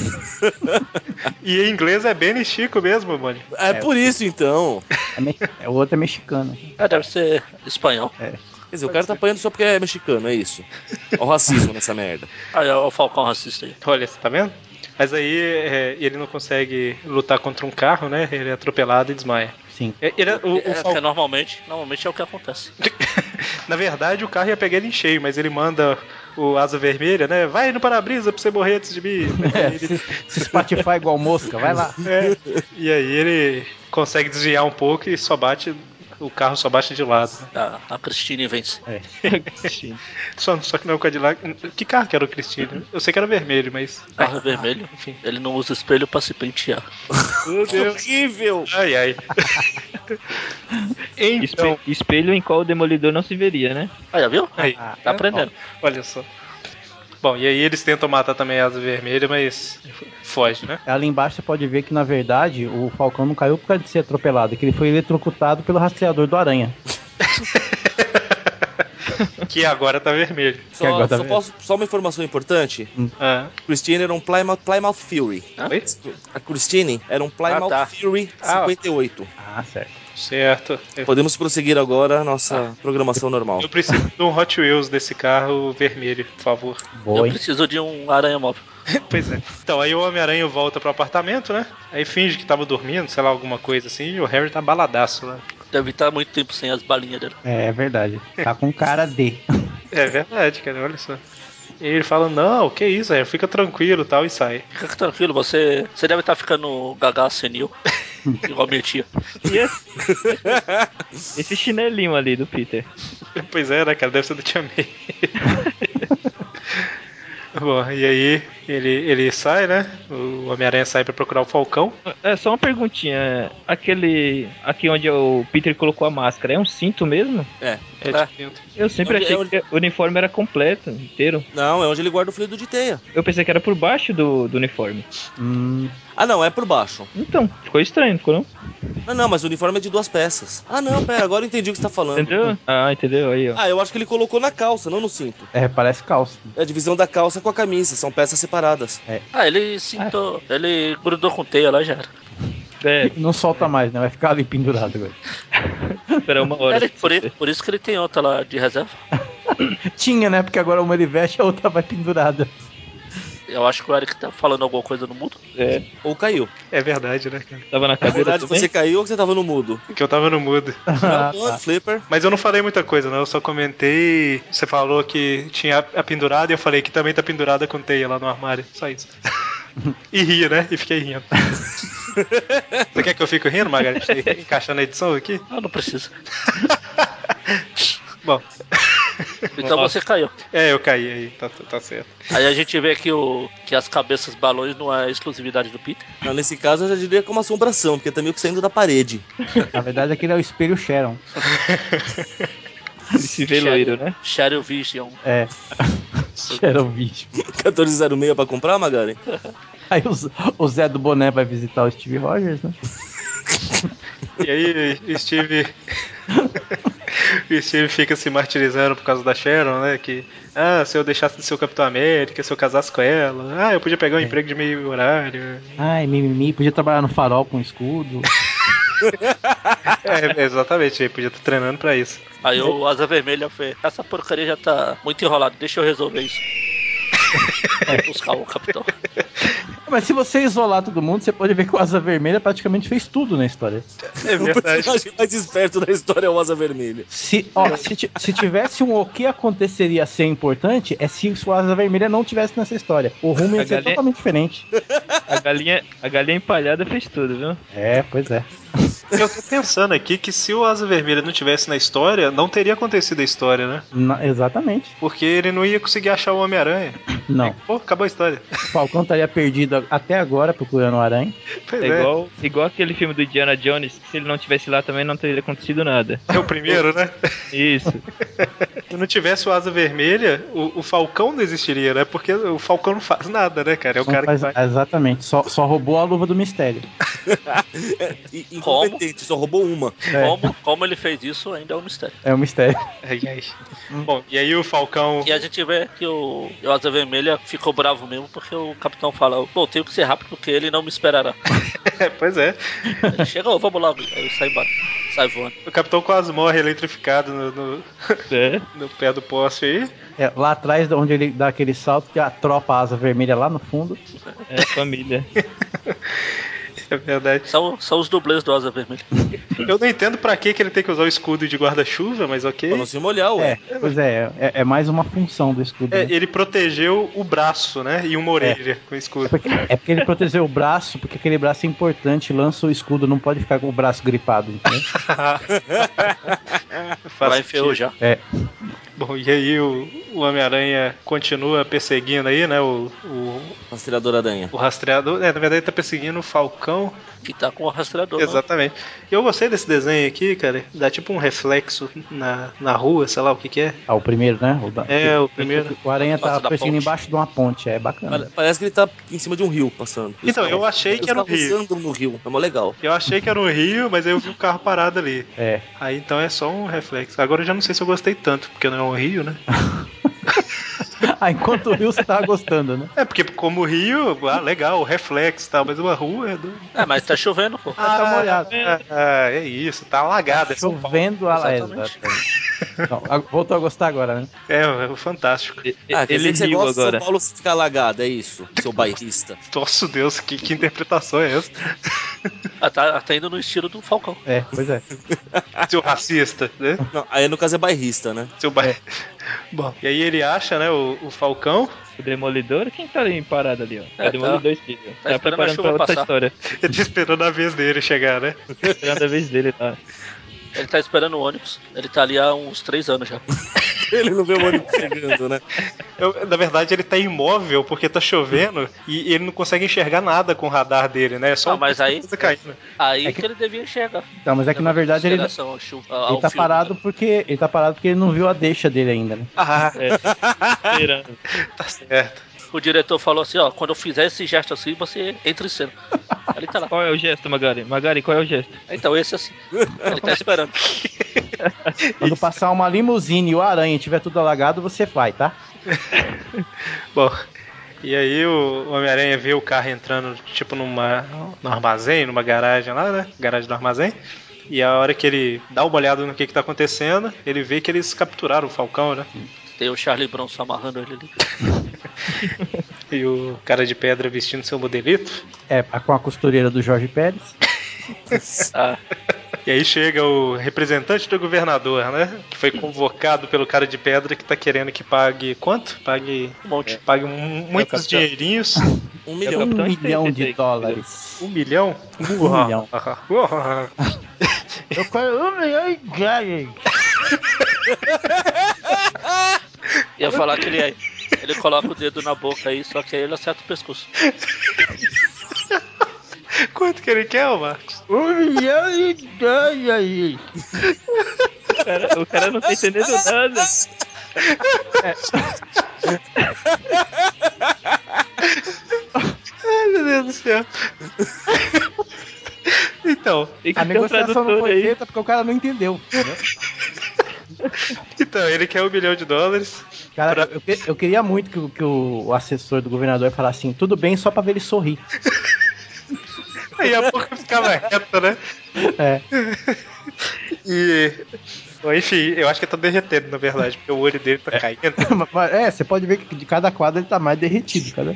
E em inglês é Benny e Chico mesmo, mano. é, por isso então. É me- é, o outro é mexicano. É, deve ser espanhol. Quer dizer, o cara tá apanhando só porque é mexicano, é isso. Olha o racismo nessa merda. Ah, é o Falcão racista aí. Olha, você tá vendo? Mas aí é, ele não consegue lutar contra um carro, né? Ele é atropelado e desmaia. Sim. É, Ele, o, o É, Falcão- porque normalmente, normalmente é o que acontece. Na verdade, o carro ia pegar ele em cheio, mas ele manda o asa vermelha, né? Vai no para-brisa pra você morrer antes de mim. Se espatifar igual mosca, vai lá. É, e aí ele consegue desviar um pouco e só bate. O carro só bate de lado. A, a Cristine vence. Só, só que não é o Cadillac. Que carro que era o Cristino? Eu sei que era vermelho, mas. O Carro é vermelho. Ele não usa espelho pra se pentear. Meu Deus. Horrível! Ai, ai. então, Espe- espelho em qual o demolidor não se veria, né? Aí, viu? aí, Tá aprendendo. olha só. Bom, e aí eles tentam matar também a asa vermelha, mas foge, né? Ali embaixo você pode ver que, na verdade, o Falcão não caiu por causa de ser atropelado, é que ele foi eletrocutado pelo rastreador do Aranha. Que agora tá vermelho. Que agora Só, tá só, vendo. posso- só uma informação importante. Ah, Christine era um Plymouth, Plymouth Fury. Oi? A Christine era um Plymouth Ah, tá. Fury Ah. 58. Ah, certo. certo. Eu- Podemos prosseguir agora a nossa programação normal. Ah. Eu preciso de um Hot Wheels desse carro vermelho, por favor. Boa, Eu hein? preciso de um aranha móvel. Pois é. Então, aí o Homem-Aranha volta pro apartamento, né? Aí finge que tava dormindo, sei lá, alguma coisa assim, e o Harry tá baladaço lá. Deve estar muito tempo sem as balinhas dele. É, é verdade. Tá com cara de. É verdade, cara, olha só. E ele fala, não, que isso, Harry, fica tranquilo tal, e sai. Fica tranquilo, você, você deve estar ficando gaga senil. Igual minha tia. E esse, esse chinelinho ali do Peter. Pois é, né, cara, deve ser do Tia May. Bom, e aí ele, ele sai, né? O Homem-Aranha sai pra procurar o Falcão. É só uma perguntinha. é, Aquele. Aqui onde o Peter colocou a máscara, é um cinto mesmo? É. É, Tá. tipo, Eu sempre Onde- achei é onde- que o uniforme era completo, inteiro. Não, é onde ele guarda o fluido de teia. Eu pensei que era por baixo do, do uniforme. Hum, Ah, não, é por baixo. Então, ficou estranho, ficou não? Ah, não, mas o uniforme é de duas peças. Ah, não, pera, agora eu entendi o que você tá falando. Entendeu? Ah, entendeu? Aí, ó. Ah, eu acho que ele colocou na calça, não no cinto. é, parece calça. É a divisão da calça com a camisa, são peças separadas. Ah, ele cintou. Ah. Ele grudou com teia lá já era. É, Não solta mais, né? Vai ficar ali pendurado agora. espera uma hora. Era por, i- por isso que ele tem outra lá de reserva. Tinha, né? Porque agora uma ele veste, a outra vai pendurada. Eu acho que o Eric tá falando alguma coisa no mundo. É, Ou caiu. é verdade, né, cara? tava na Na cadeira verdade, também. você caiu ou você tava no mudo? Que eu tava no mudo. Não, não, flipper. Mas eu não falei muita coisa, não. Eu só comentei. Você falou que tinha a pendurada e eu falei que também tá pendurada com teia lá no armário. Só isso. E ri, né? E fiquei rindo. Você quer que eu fique rindo, Margarida? Encaixando a edição aqui? Ah, não precisa. Bom, Então você caiu. é, eu caí aí, tá, tá certo. Aí a gente vê que, o, que as cabeças balões não é exclusividade do Peter. Não, nesse caso eu já diria como assombração, porque tá meio que saindo da parede. Na verdade, aquele é o espelho Sharon. Ele se vê loiro, né? Shadow Vision. É. Sharon vídeo. 1406 pra comprar, Magari? Aí o, Z- o Zé do Boné vai visitar o Steve Rogers, né? E aí, Steve. o Steve fica se martirizando por causa da Sharon, né? Que, ah, se eu deixasse de ser o Capitão América, se eu casasse com ela, ah, eu podia pegar um emprego de meio horário. Ai, mimimi, podia trabalhar no farol com escudo. É, exatamente, ele podia estar treinando pra isso. Aí o Asa Vermelha fez. Essa porcaria já tá muito enrolada, deixa eu resolver isso. Vai buscar o capitão. Mas se você isolar todo mundo, você pode ver que o Asa Vermelha praticamente fez tudo na história. É O verdade. Um personagem mais esperto da história é o Asa Vermelha. Se, ó, se, ti- se tivesse um o que aconteceria a ser importante, é se o Asa Vermelha não tivesse nessa história. O rumo ia A ser galera- totalmente diferente. A galinha, a galinha empalhada fez tudo, viu? É, pois é. Eu tô pensando aqui que se o Asa Vermelha não tivesse na história, não teria acontecido a história, né? Na- exatamente. Porque ele não ia conseguir achar o Homem-Aranha. Não. Pô, acabou a história. O Falcão estaria perdido a- até agora procurando o Aranha. Pois É é, igual, igual aquele filme do Indiana Jones, que se ele não tivesse lá também não teria acontecido nada. é o primeiro, né? Isso. Se não tivesse o Asa Vermelha, o, o Falcão não existiria, né? Porque o Falcão não faz nada, né, cara? É o Não cara faz- que vai. Exatamente. Só, só roubou a luva do mistério. E, incompetente, só roubou uma. É, Como, como ele fez isso ainda é um mistério. é um mistério. Ai, ai. Bom, e aí o Falcão. E a gente vê que o, o Asa Vermelha ficou bravo mesmo porque o capitão fala: Bom, tenho que ser rápido porque ele não me esperará. pois é. Ele chega, "Ô, vamos logo. Aí eu saio embora. Sai voando. O Capitão quase morre eletrificado no, no, É. no pé do poste aí. É, lá atrás, de onde ele dá aquele salto, que a tropa asa vermelha lá no fundo. É família. É verdade. São, são os dublês do Asa Vermelha. Eu não entendo pra que que ele tem que usar o escudo de guarda-chuva, mas ok. Pra não se molhar, É, ué. pois é, é, é mais uma função do escudo. É, né? ele protegeu o braço, né? E uma orelha com É escudo. porque, é porque ele protegeu o braço, porque aquele braço é importante, lança o escudo, não pode ficar com o braço gripado, entendeu? Faz Vai sentido. enferrujar. É. Bom, e aí o, o Homem-Aranha continua perseguindo aí, né? O, o, Rastreador aranha. o rastreador. É, na verdade, ele tá perseguindo o Falcão. Que tá com o Uhum. rastreador. né? Exatamente. E eu gostei desse desenho aqui, cara. Dá tipo um reflexo na, na rua, sei lá o que que é. Ah, o primeiro, né? O da- É, o primeiro. O aranha tá Passa da perseguindo ponte. embaixo de uma ponte, é bacana. Pare- Parece que ele tá em cima de um rio passando. Então, eu achei que era um rio. usando no rio. É mó legal. Eu achei que era um rio, mas aí eu vi o carro parado ali. É. Aí então é só um reflexo. Agora eu já não sei se eu gostei tanto, porque não é um rio, né? Ah, enquanto o Rio você tava gostando, né? É, porque como rio, ah, legal, reflexo e tal, mas uma rua é do... É, mas tá chovendo, pô. Ah, tá molhado. Ah, é isso, tá alagado. É, São Paulo. Chovendo a lá, Exatamente. exatamente. Não, a- voltou a gostar agora, né? é, é fantástico. Ah, quer dizer ele que você riu gosta de agora. São Paulo ficar alagado, é isso, seu bairrista. Nossa Deus, que, que interpretação é essa? Ah, tá, tá indo no estilo do Falcão. É, pois é. Seu racista, né? Não, aí no caso é bairrista, né? Seu É. ba... Bom, e aí ele acha, né, o, o Falcão. O Demolidor, quem tá ali parado ali, ó? É, É, o Demolidor Steve. Tá, esperando a preparando chuva pra outra passar. história. Ele tá esperando a vez dele chegar, né? Esperando a vez dele tá? lá. Ele tá esperando o ônibus. Ele tá ali há uns três anos já. Ele não vê o ônibus chegando, né? Eu- na verdade, ele tá imóvel porque tá chovendo e ele não consegue enxergar nada com o radar dele, né? É só Ah, mas aí- coisa caindo. Aí É que- que... ele devia enxergar. Então, mas é que na verdade ele, ele Consideração ao chu- ao tá filme. parado porque. Ele tá parado porque ele não viu a deixa dele ainda, né? Ah, É. Esperando. tá certo. O diretor falou assim, ó, quando eu fizer esse gesto assim, você entra em cena. Aí Ele tá lá. Qual é o gesto, Magari? Magari, qual é o gesto? Então esse assim. Ele tá esperando. Quando passar uma limusine e o aranha e tiver tudo alagado, você vai, tá? Bom. E aí o Homem-Aranha vê o carro entrando, tipo, numa, num armazém, numa garagem lá, né? Garagem do armazém. E a hora que ele dá uma olhada no que, que tá acontecendo, ele vê que eles capturaram o Falcão, né? Tem o Charlie Brown só amarrando ele ali. E o cara de pedra vestindo seu modelito. É, com a costureira do Jorge Pérez. Ah, E aí chega o representante do governador, né? Que foi convocado pelo cara de pedra que tá querendo que pague quanto? Pague. um monte. Pague mu- muitos capitão. dinheirinhos. Um É o milhão. Um Capitão milhão Stacy de aí. dólares. Um milhão? Um milhão. Uau. Eu quero um milhão de dólares. Ia falar que ele é- Ele coloca o dedo na boca aí, só que aí ele acerta o pescoço. Quanto que ele quer, ô Marcos? Um milhão de dólares. O cara, o cara não tá entendendo nada. Ai, meu Deus do céu. então, Tem que A ter um negociação não tradutor foi aí. feita porque o cara não entendeu. então, ele quer um milhão de dólares. Cara, eu, que- eu queria muito que, o- que o assessor do governador falasse assim, tudo bem, só pra ver ele sorrir. Aí a boca ficava reta, né? É. E. Bom, enfim, eu acho que tá derretendo, na verdade, porque o olho dele tá caindo. Mas, é, você pode ver que de cada quadro ele tá mais derretido, cara.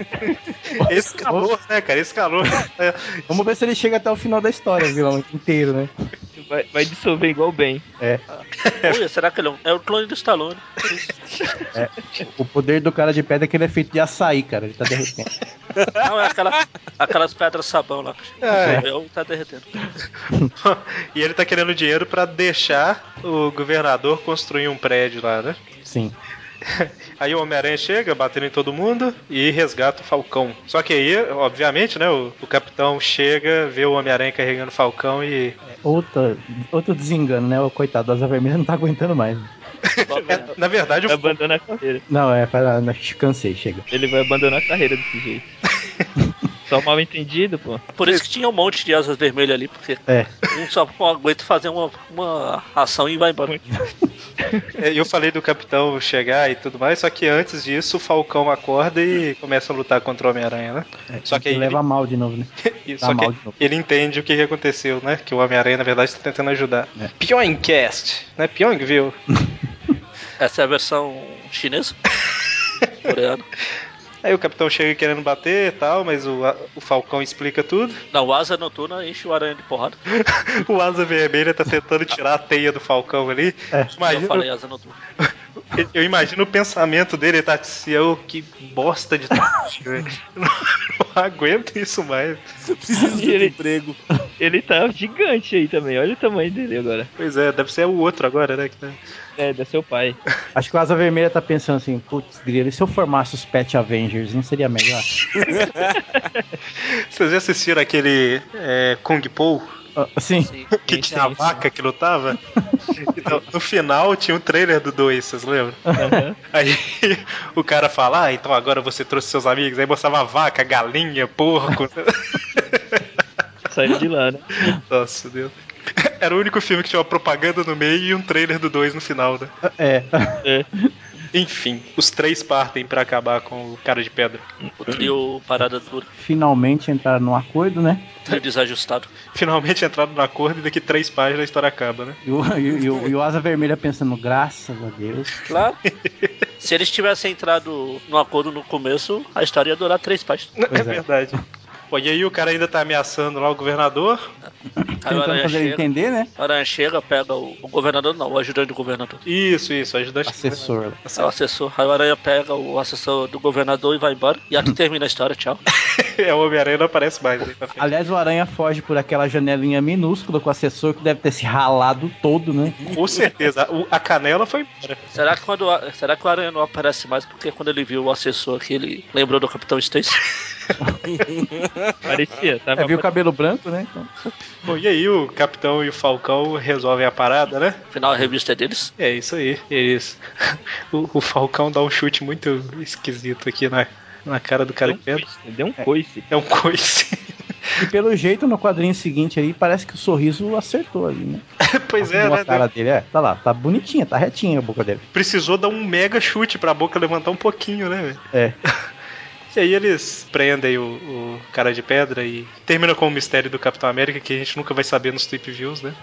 Esse calor, né, cara? Esse calor. Vamos ver se ele chega até o final da história, o vilão inteiro, né? Vai, vai dissolver igual bem. Olha, será que ele é um, é o clone do Stallone? O poder do cara de pedra é que ele é feito de açaí, cara. Ele tá derretendo. Não, é aquela, aquelas pedras sabão lá. É. O véu tá derretendo. E ele tá querendo dinheiro pra deixar o governador construir um prédio lá, né? Sim. Aí o Homem-Aranha chega, batendo em todo mundo e resgata o Falcão. Só que aí, obviamente, né, o, o capitão chega, vê o Homem-Aranha carregando o Falcão e. Outra, outro desengano, né? O coitado da Asa Vermelha não tá aguentando mais. Logo, Na verdade, Ele o, abandona a carreira. Não, é, para, cansei, chega. Ele vai abandonar a carreira desse jeito. Só mal entendido, pô. Por isso que tinha um monte de asas vermelhas ali, porque É. um só aguenta fazer uma, uma ação e vai embora. É, Eu falei do capitão chegar e tudo mais, só que antes disso o Falcão acorda e começa a lutar contra o Homem-Aranha, né? Só que aí ele é, leva mal de novo, né? E- só Dá que mal de novo. ele entende o que, que aconteceu, né? Que o Homem-Aranha, na verdade, está tentando ajudar. É. Pyongcast, né? Pyongville. Essa é a versão chinesa? Coreana. Aí o capitão chega querendo bater e tal, mas o, o Falcão explica tudo. Não, asa noturna enche o aranha de porrada. O Asa Vermelha tá tentando tirar a teia do Falcão ali. É. Eu Imagina, falei asa noturna. eu imagino o pensamento dele, tá? Se eu, que bosta de traste, velho. não, não aguento isso mais. Preciso de um Ele- emprego. Ele tá gigante aí também. Olha o tamanho dele agora. Pois é, deve ser o outro agora, né? que tá- É, da seu pai. Acho que o Asa Vermelha tá pensando assim, putz, grilo, e se eu formasse os Pet Avengers, não seria melhor? Vocês já assistiram aquele é, Kung Po? Ah, Assim, Sim. Que Sim, tinha sim, a sim. vaca que lutava? Então, no final tinha um trailer do 2, vocês lembram? Aham. Aí o cara fala, ah, então agora você trouxe seus amigos. Aí mostrava a vaca, galinha, porco. Saiu de lá, né? Nossa, Deus. Era o único filme que tinha uma propaganda no meio e um trailer do 2 no final, né? é. Enfim, os três partem pra acabar com o cara de pedra. O trio parada dura, Finalmente entraram num acordo, né? trio desajustado. Finalmente entraram no acordo e daqui três páginas a história acaba, né? E o, e o- e o Asa Vermelha pensando, graças a Deus. Claro. Se eles tivessem entrado no acordo no começo, a história ia durar três páginas. Pois é. verdade. Bom, e aí o cara ainda tá ameaçando lá o governador. Aí o tentando Aranha então, fazer ele chega. entender, né? A Aranha chega, pega o, o governador, não, o ajudante do governador. Isso, isso, ajudante. Assessor. lá. É o assessor. Aí o Aranha pega o assessor do governador e vai embora. E aqui termina a história, tchau. É o Homem-Aranha não aparece mais ali na frente. Aliás, o Aranha foge por aquela janelinha minúscula com o assessor que deve ter se ralado todo, né? Com certeza. o- A canela foi embora. Será que, quando, a- será que o Aranha não aparece mais porque quando ele viu o assessor aqui, ele lembrou do Capitão Stacy? Parecia, tava É, viu o cabelo branco, né? Então, Bom, e aí o Capitão e o Falcão resolvem a parada, né? Afinal, a revista é deles. É isso aí, eles. O, o Falcão dá um chute muito esquisito aqui na, na cara do cara que deu um entra. coice, deu um É coice. um coice. E pelo jeito, no quadrinho seguinte aí, parece que o sorriso acertou ali, né? pois é, Arrumou né? a cara dele, é. Tá lá, tá bonitinha, tá retinha a boca dele. Precisou dar um mega chute pra boca levantar um pouquinho, né, velho? É. E aí eles prendem o, o cara de pedra e termina com o mistério do Capitão América que a gente nunca vai saber nos Tweep Views, né?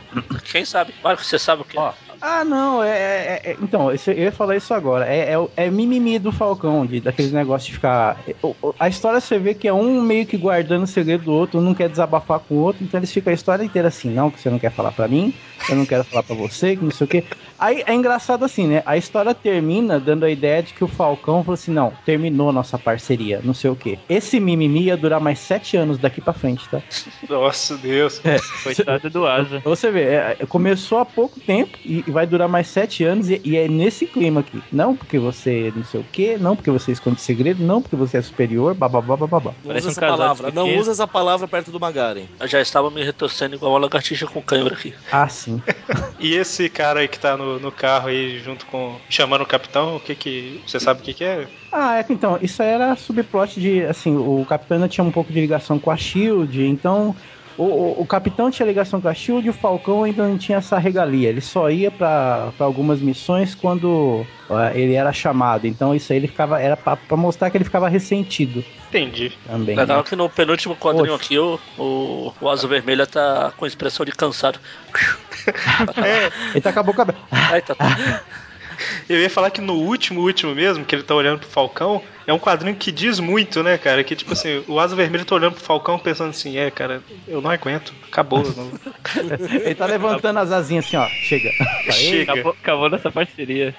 Quem sabe? Marco, você sabe o que? Ó. Ah, não, é. é- é- então, isso- eu ia falar isso agora. É, é, o- é mimimi do Falcão, de, daquele negócio de ficar. é, o- o- A história você vê que é um meio que guardando o segredo do outro, um não quer desabafar com o outro, então eles ficam a história inteira assim, não, que você não quer falar pra mim, eu não quero falar pra você, que não sei o quê. Aí é engraçado assim, né? A história termina dando a ideia de que o Falcão falou assim: não, terminou nossa parceria, não sei o quê. Esse mimimi ia durar mais sete anos daqui pra frente, tá? Nossa Deus. Coitado do Asa. Pra Você vê, é, é, começou há pouco tempo e e vai durar mais sete anos e, e é nesse clima aqui. Não porque você é não sei o quê, não porque você esconde segredo, não porque você é superior, bababá, bababá. Não Parece usa um essa casal palavra. de Não pequeno. usa essa palavra perto do Magaren. Eu já estava me retorcendo igual uma lagartixa com cãibra aqui. Ah, sim. E esse cara aí que tá no, no carro aí junto com. chamando o capitão, o que que. Você sabe o que que é? Ah, é que então, isso aí era subplot de, assim, o Capitão ainda tinha um pouco de ligação com a SHIELD, então... O, o- o Capitão tinha ligação com a SHIELD e o Falcão ainda não tinha essa regalia. Ele só ia pra pra algumas missões quando ah, ele era chamado. Então isso aí ele ficava... Era pra, pra mostrar que ele ficava ressentido Entendi. também. né? Legal que no penúltimo quadrinho aqui, o, o, o Asa Vermelha tá com expressão de cansado. Ele tá com a boca aberta. Ai, tá, Eu ia falar que no último, último mesmo, que ele tá olhando pro Falcão, é um quadrinho que diz muito, né, cara? Que tipo assim, o Asa Vermelho tá olhando pro Falcão pensando assim, é, cara, eu não aguento, acabou. não- Ele tá levantando as asinhas assim, ó. Chega. Chega. Acabou, acabou nossa parceria.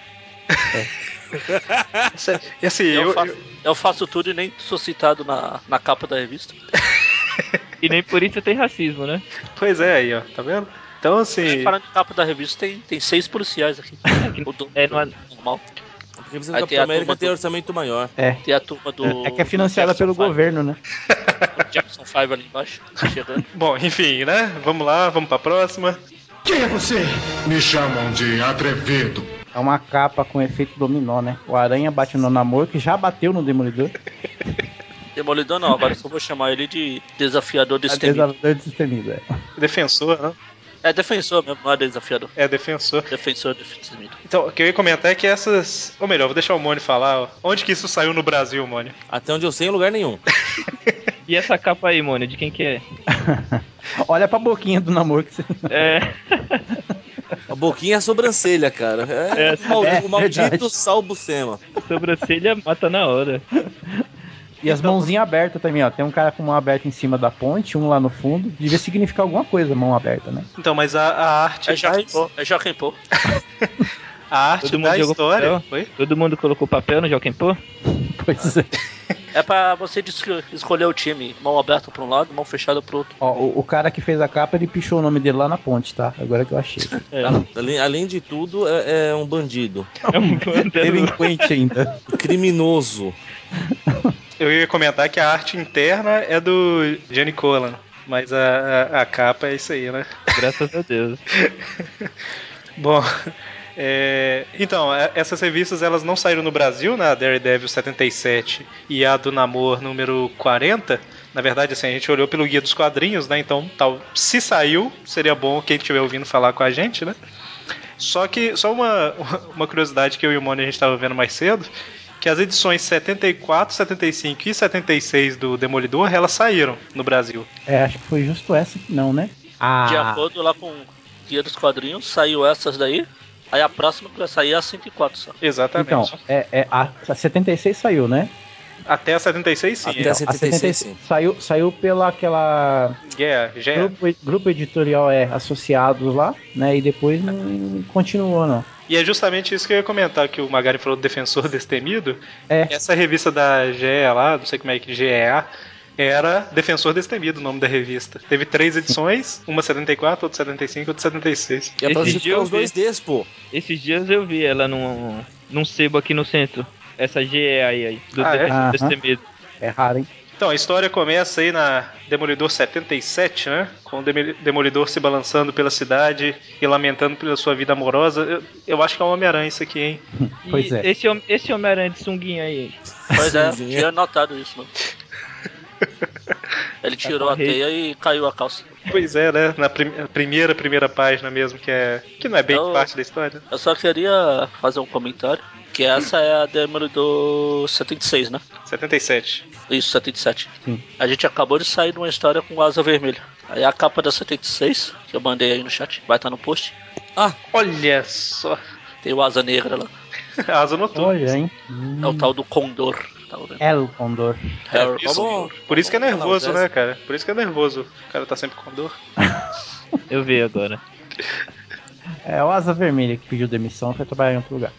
E assim, eu, eu, faço, eu faço tudo e nem sou citado na, na capa da revista. E nem por isso tem racismo, né? Pois é, aí, ó, tá vendo? Então, assim, Falando de capa da revista, tem, tem seis policiais aqui. O do- É, não é- normal. A revista do Aí Capitão tem a tá América turma tem do- orçamento maior. Tem a turma do. É que é financiada pelo Jackson governo, né? Five- Jackson Five ali embaixo, chegando. bom, enfim, né? Vamos lá, vamos pra próxima. Quem é você? Me chamam de atrevido. É uma capa com efeito dominó, né? O aranha bate no namoro, que já bateu no demolidor. Demolidor não, agora eu só vou chamar ele de desafiador É destemido. Desafiador destemido, é. Defensor, né? É defensor mesmo, não é desafiador. É, defensor. Defensor destemido. Então, o que eu ia comentar é que essas. Ou melhor, vou deixar o Mônio falar. ó. Onde que isso saiu no Brasil, Mônio? Até onde eu sei, em lugar nenhum. E essa capa aí, Mônio, de quem que é? Olha pra boquinha do namoro que você. É, A boquinha é a sobrancelha, cara. É, o, mal- é o maldito verdade. Salbucema. sobrancelha mata na hora. E as mãozinhas abertas também, ó. Tem um cara com mão aberta em cima da ponte, um lá no fundo. Devia significar alguma coisa, mão aberta, né? Então, mas a, a arte. É Joaquim da- Pô, é Joaquim Pô. a arte Todo mundo da jogou história. papel. Foi? Todo mundo colocou papel no Joaquim Pô? Pois é. É pra você dis- escolher o time. Mão aberta pra um lado, mão fechada pro outro. Ó, o, o cara que fez a capa, ele pichou o nome dele lá na ponte, tá? Agora que eu achei. Tá. Além, além de tudo, é, é um bandido. um É um bando. Delinquente ainda. Criminoso. Eu ia comentar que a arte interna é do Jenny Colan. Mas a, a, a capa é isso aí, né? Graças a Deus. Bom. é, então, é- essas revistas elas não saíram no Brasil, na Daredevil 77 e a do Namor número 40. Na verdade, assim, a gente olhou pelo guia dos quadrinhos, né? Então, tal, se saiu, seria bom quem estiver ouvindo falar com a gente, né? Só que, só uma, uma curiosidade que eu e o Mônio a gente estava vendo mais cedo, que as edições 74, 75 e 76 do Demolidor, elas saíram no Brasil. É, acho que foi justo essa que não, né? De Ah, acordo lá com o Guia dos Quadrinhos, saiu essas daí. Aí a próxima que vai sair é a 104 só. Exatamente. então, é, é, a, a 76 saiu, né? Então, a Até a 76, sim. é. Até É a 76, sim. Saiu, saiu pela aquela Yeah, já é. grupo, grupo editorial é associados lá, né? E depois não continuou não. E é justamente isso que eu ia comentar, que o Magari falou do Defensor Destemido. É. Essa revista da GEA lá, não sei como é que GEA, era Defensor Destemido o nome da revista. Teve três edições, uma 74, outra 75, outra 76. E é pra Esse você dia eu os vi. dois Ds, pô. Esses dias eu vi ela num, num sebo aqui no centro. Essa GE aí, aí do Ah, é? Defensor Aham. Destemido. É raro, hein? Então, a história começa aí na Demolidor 77, né? Com o Demi- Demolidor se balançando pela cidade e lamentando pela sua vida amorosa. Eu, eu acho que é um Homem-Aranha isso aqui, hein? Pois e é. Esse, hom- esse Homem-Aranha de sunguinha aí. Pois é, Sim, sim. tinha notado isso, mano. Ele tirou a teia e caiu a calça. Pois é, né? Na prim- a primeira, primeira página mesmo, que é. Que não é bem Então- parte da história. Eu só queria fazer um comentário. Que essa é a Demolidor 76, né? 77. Isso, 77. Sim. A gente acabou de sair de uma história com asa vermelha. Aí a capa da 76, que eu mandei aí no chat, vai estar no post. Olha só. Tem o asa negra lá. É, Asa noturna. Olha, hein? É o tal do Condor. Tá ouvindo? El Condor. É, isso. vamos- Por isso que é vamos falar nervoso, dessa. né, cara? Por isso que é nervoso. O cara tá sempre com dor. Eu vi agora. É o Asa Vermelha que pediu demissão foi trabalhar em outro lugar.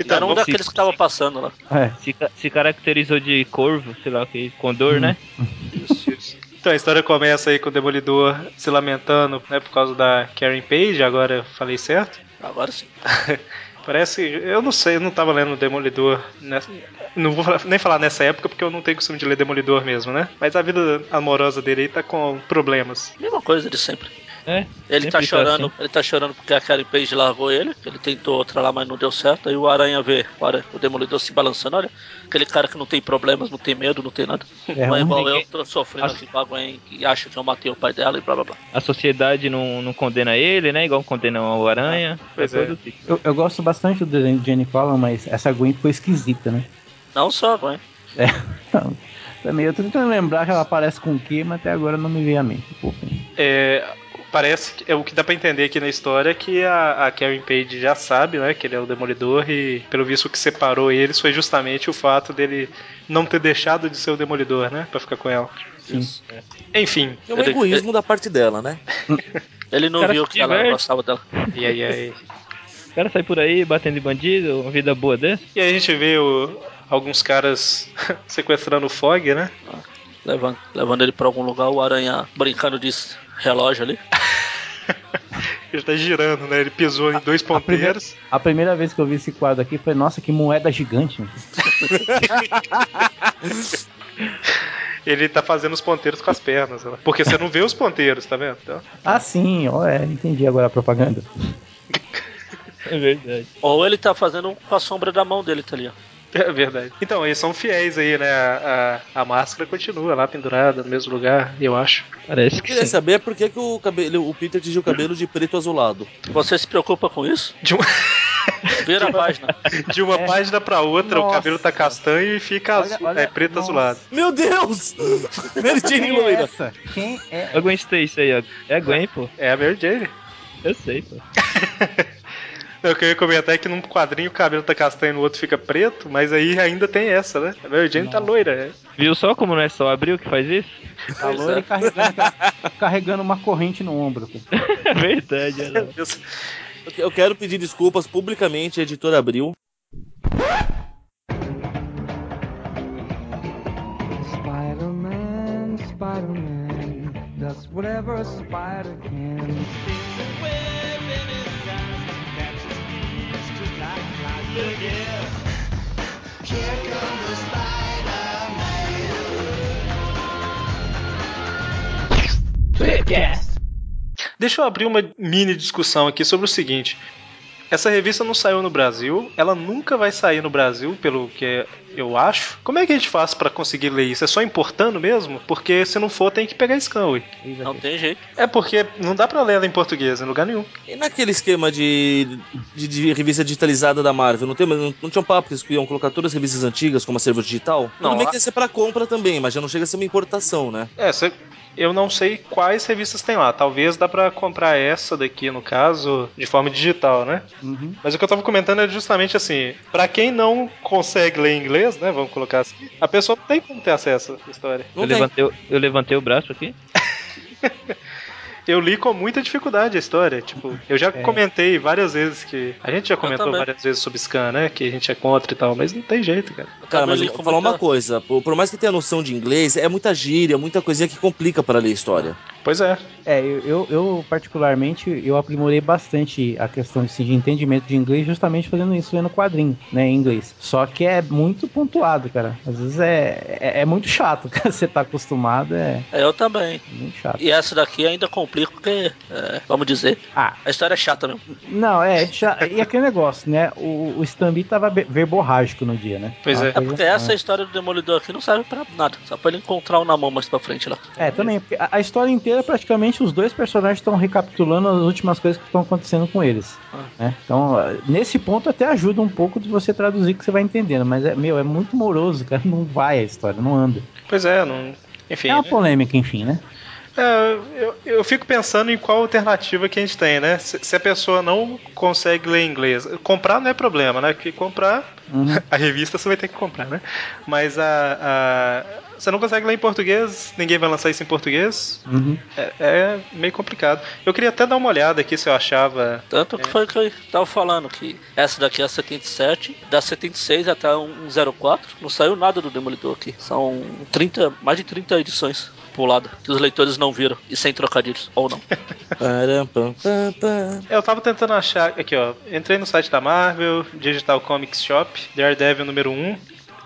Então, Era um vamos- daqueles que tava passando lá. É. Se, ca- se caracterizou de corvo, sei lá o que, Hum. condor, né? Então a história começa aí com o Demolidor se lamentando, né, por causa da Karen Page, agora eu falei certo. Agora sim. Parece, eu não sei, eu não tava lendo Demolidor, nessa, não vou falar- nem falar nessa época porque eu não tenho costume de ler Demolidor mesmo, né? Mas a vida amorosa dele aí tá com problemas. Mesma coisa de sempre. É. Sempre Ele tá tá chorando, ele tá chorando porque a Karen Page largou ele, ele tentou outra lá, mas não deu certo. Aí o Aranha vê o, Aranha- o Demolidor se balançando, olha, aquele cara que não tem problemas, não tem medo, não tem nada. É, não é um- igual ninguém- eu, tô sofrendo aqui com a Gwen e acha que eu matei o pai dela e blá blá blá. A sociedade não, não condena ele, né? Igual condena o Aranha. Pois é. todo tipo. eu, eu gosto bastante do desenho de Jenny Fallon, mas essa Gwen ficou esquisita, né? Não só a Gwen. É. Então, também eu tô tentando lembrar que ela aparece com o quê, mas até agora não me veio a mente. Pô, É, parece que é o que dá pra entender aqui na história é que a, a Karen Page já sabe, né, que ele é o Demolidor e pelo visto o que separou eles foi justamente o fato dele não ter deixado de ser o Demolidor, né, Pra ficar com ela. Sim. Enfim, É um egoísmo da parte dela, né? É. Ele não Cara, viu se que ela diverte. gostava dela. e aí, aí O cara sai por aí batendo em bandido, uma vida boa dessa. E aí a gente vê o- alguns caras sequestrando o Fog, né? Levando, levando ele pra algum lugar, o Aranha brincando de relógio ali. Ele tá girando, né? Ele pisou em dois a primeira- ponteiros. A primeira vez que eu vi esse quadro aqui foi, nossa, que moeda gigante. Ele tá fazendo os ponteiros com as pernas. Né? Porque você não vê os ponteiros, tá vendo? Então, Ah, sim, ó, é, entendi agora a propaganda. É verdade. Ou ele tá fazendo com a sombra da mão dele, tá ali, ó. é verdade. Então, eles são fiéis aí, né? A, a- a máscara continua lá pendurada no mesmo lugar, eu acho. Parece Eu que queria sim. saber por que, que o, cabelo, o Peter tingiu o cabelo de preto azulado. Você se preocupa com isso? De, um- Vira a página. de uma É. página pra outra, o Nossa. cabelo tá castanho e fica Olha- azul, olha- é preto nossa. azulado. Meu Deus! um Mary Jane Quem é loira. essa? Quem é? A Gwen Stacy aí, ó. É a Gwen, pô. É a Mary Jane. Eu sei, pô. Não, O que eu ia comentar é que num quadrinho o cabelo tá castanho no outro fica preto, mas aí ainda tem essa, né? A Mary Jane tá loira. é. Viu só como não é só abril que faz isso? é, A loira carregando, aquela- carregando uma corrente no ombro. É verdade, olha lá. Eu que- Eu quero pedir desculpas publicamente à editora Abril. Spider-Man, Spider-Man, does whatever a spider can. Deixa eu abrir uma mini discussão aqui sobre o seguinte. Essa revista não saiu no Brasil, ela nunca vai sair no Brasil, pelo que eu acho. Como é que a gente faz pra conseguir ler isso? É só importando mesmo? Porque se não for, tem que pegar scan, ué. Não tem jeito. É porque não dá pra ler ela em português em lugar nenhum. E naquele esquema de, de, de revista digitalizada da Marvel, não, tem, não, não tinha um papo que eles iam colocar todas as revistas antigas como acervo digital? Não, Tudo bem a- que ia ser pra compra também, mas já não chega a ser uma importação, né? É, você Eu não sei quais revistas tem lá. Talvez dá pra comprar essa daqui, no caso, de forma digital, né? Uhum. Mas o que eu tava comentando é justamente assim, pra quem não consegue ler inglês, né, vamos colocar assim, a pessoa não tem como ter acesso à história. Não eu, tem. levantei, o- eu levantei o braço aqui. Eu li com muita dificuldade a história, tipo, eu já comentei várias vezes que a gente já comentou também. várias vezes sobre scan, né, que a gente é contra e tal, mas não tem jeito, cara. Cara, mas Também eu li vou com falar muita- uma coisa. Por, por mais que tenha noção de inglês, é muita gíria, muita coisinha que complica para ler história. Pois é. É, eu, eu, eu, particularmente, eu aprimorei bastante a questão assim, de entendimento de inglês justamente fazendo isso, lendo quadrinho, né, em inglês. Só que é muito pontuado, cara. Às vezes é, é, é muito chato, cara. Você tá acostumado, é É, eu também. muito chato. E essa daqui ainda complica porque, é, vamos dizer, Ah, a história é chata mesmo. não, é, já, e aquele negócio, né, o, o Stambi tava be- verborrágico no dia, né? Pois é. Tava É porque essa coisa- história do Demolidor aqui não serve pra nada. Só pra ele encontrar um na mão mais pra frente lá. É, Então, também, porque a, a história inteira, praticamente, os dois personagens estão recapitulando as últimas coisas que estão acontecendo com eles. né? Então, ah, nesse ponto até ajuda um pouco de você traduzir que você vai entendendo, mas é, meu, é muito moroso, cara. Não vai a história, não anda. Pois é, não. Enfim. É uma né? polêmica, enfim, né? É, eu, eu fico pensando em qual alternativa que a gente tem, né? Se, se a pessoa não consegue ler inglês, comprar não é problema, né? Porque comprar Uhum. a revista você vai ter que comprar, né? Mas a, a- você não consegue ler em português, ninguém vai lançar isso em português, Uhum. é, é meio complicado. Eu queria até dar uma olhada aqui se eu achava. É. Tanto que foi que eu tava falando que essa daqui é a 77, da 76 até um 04, não saiu nada do Demolidor aqui. São 30, mais de 30 edições pulada que os leitores não viram e sem trocadilhos ou não. Param, pam, pam, pam. Eu tava tentando achar. Aqui, ó. Entrei no site da Marvel, Digital Comics Shop, Daredevil número 1.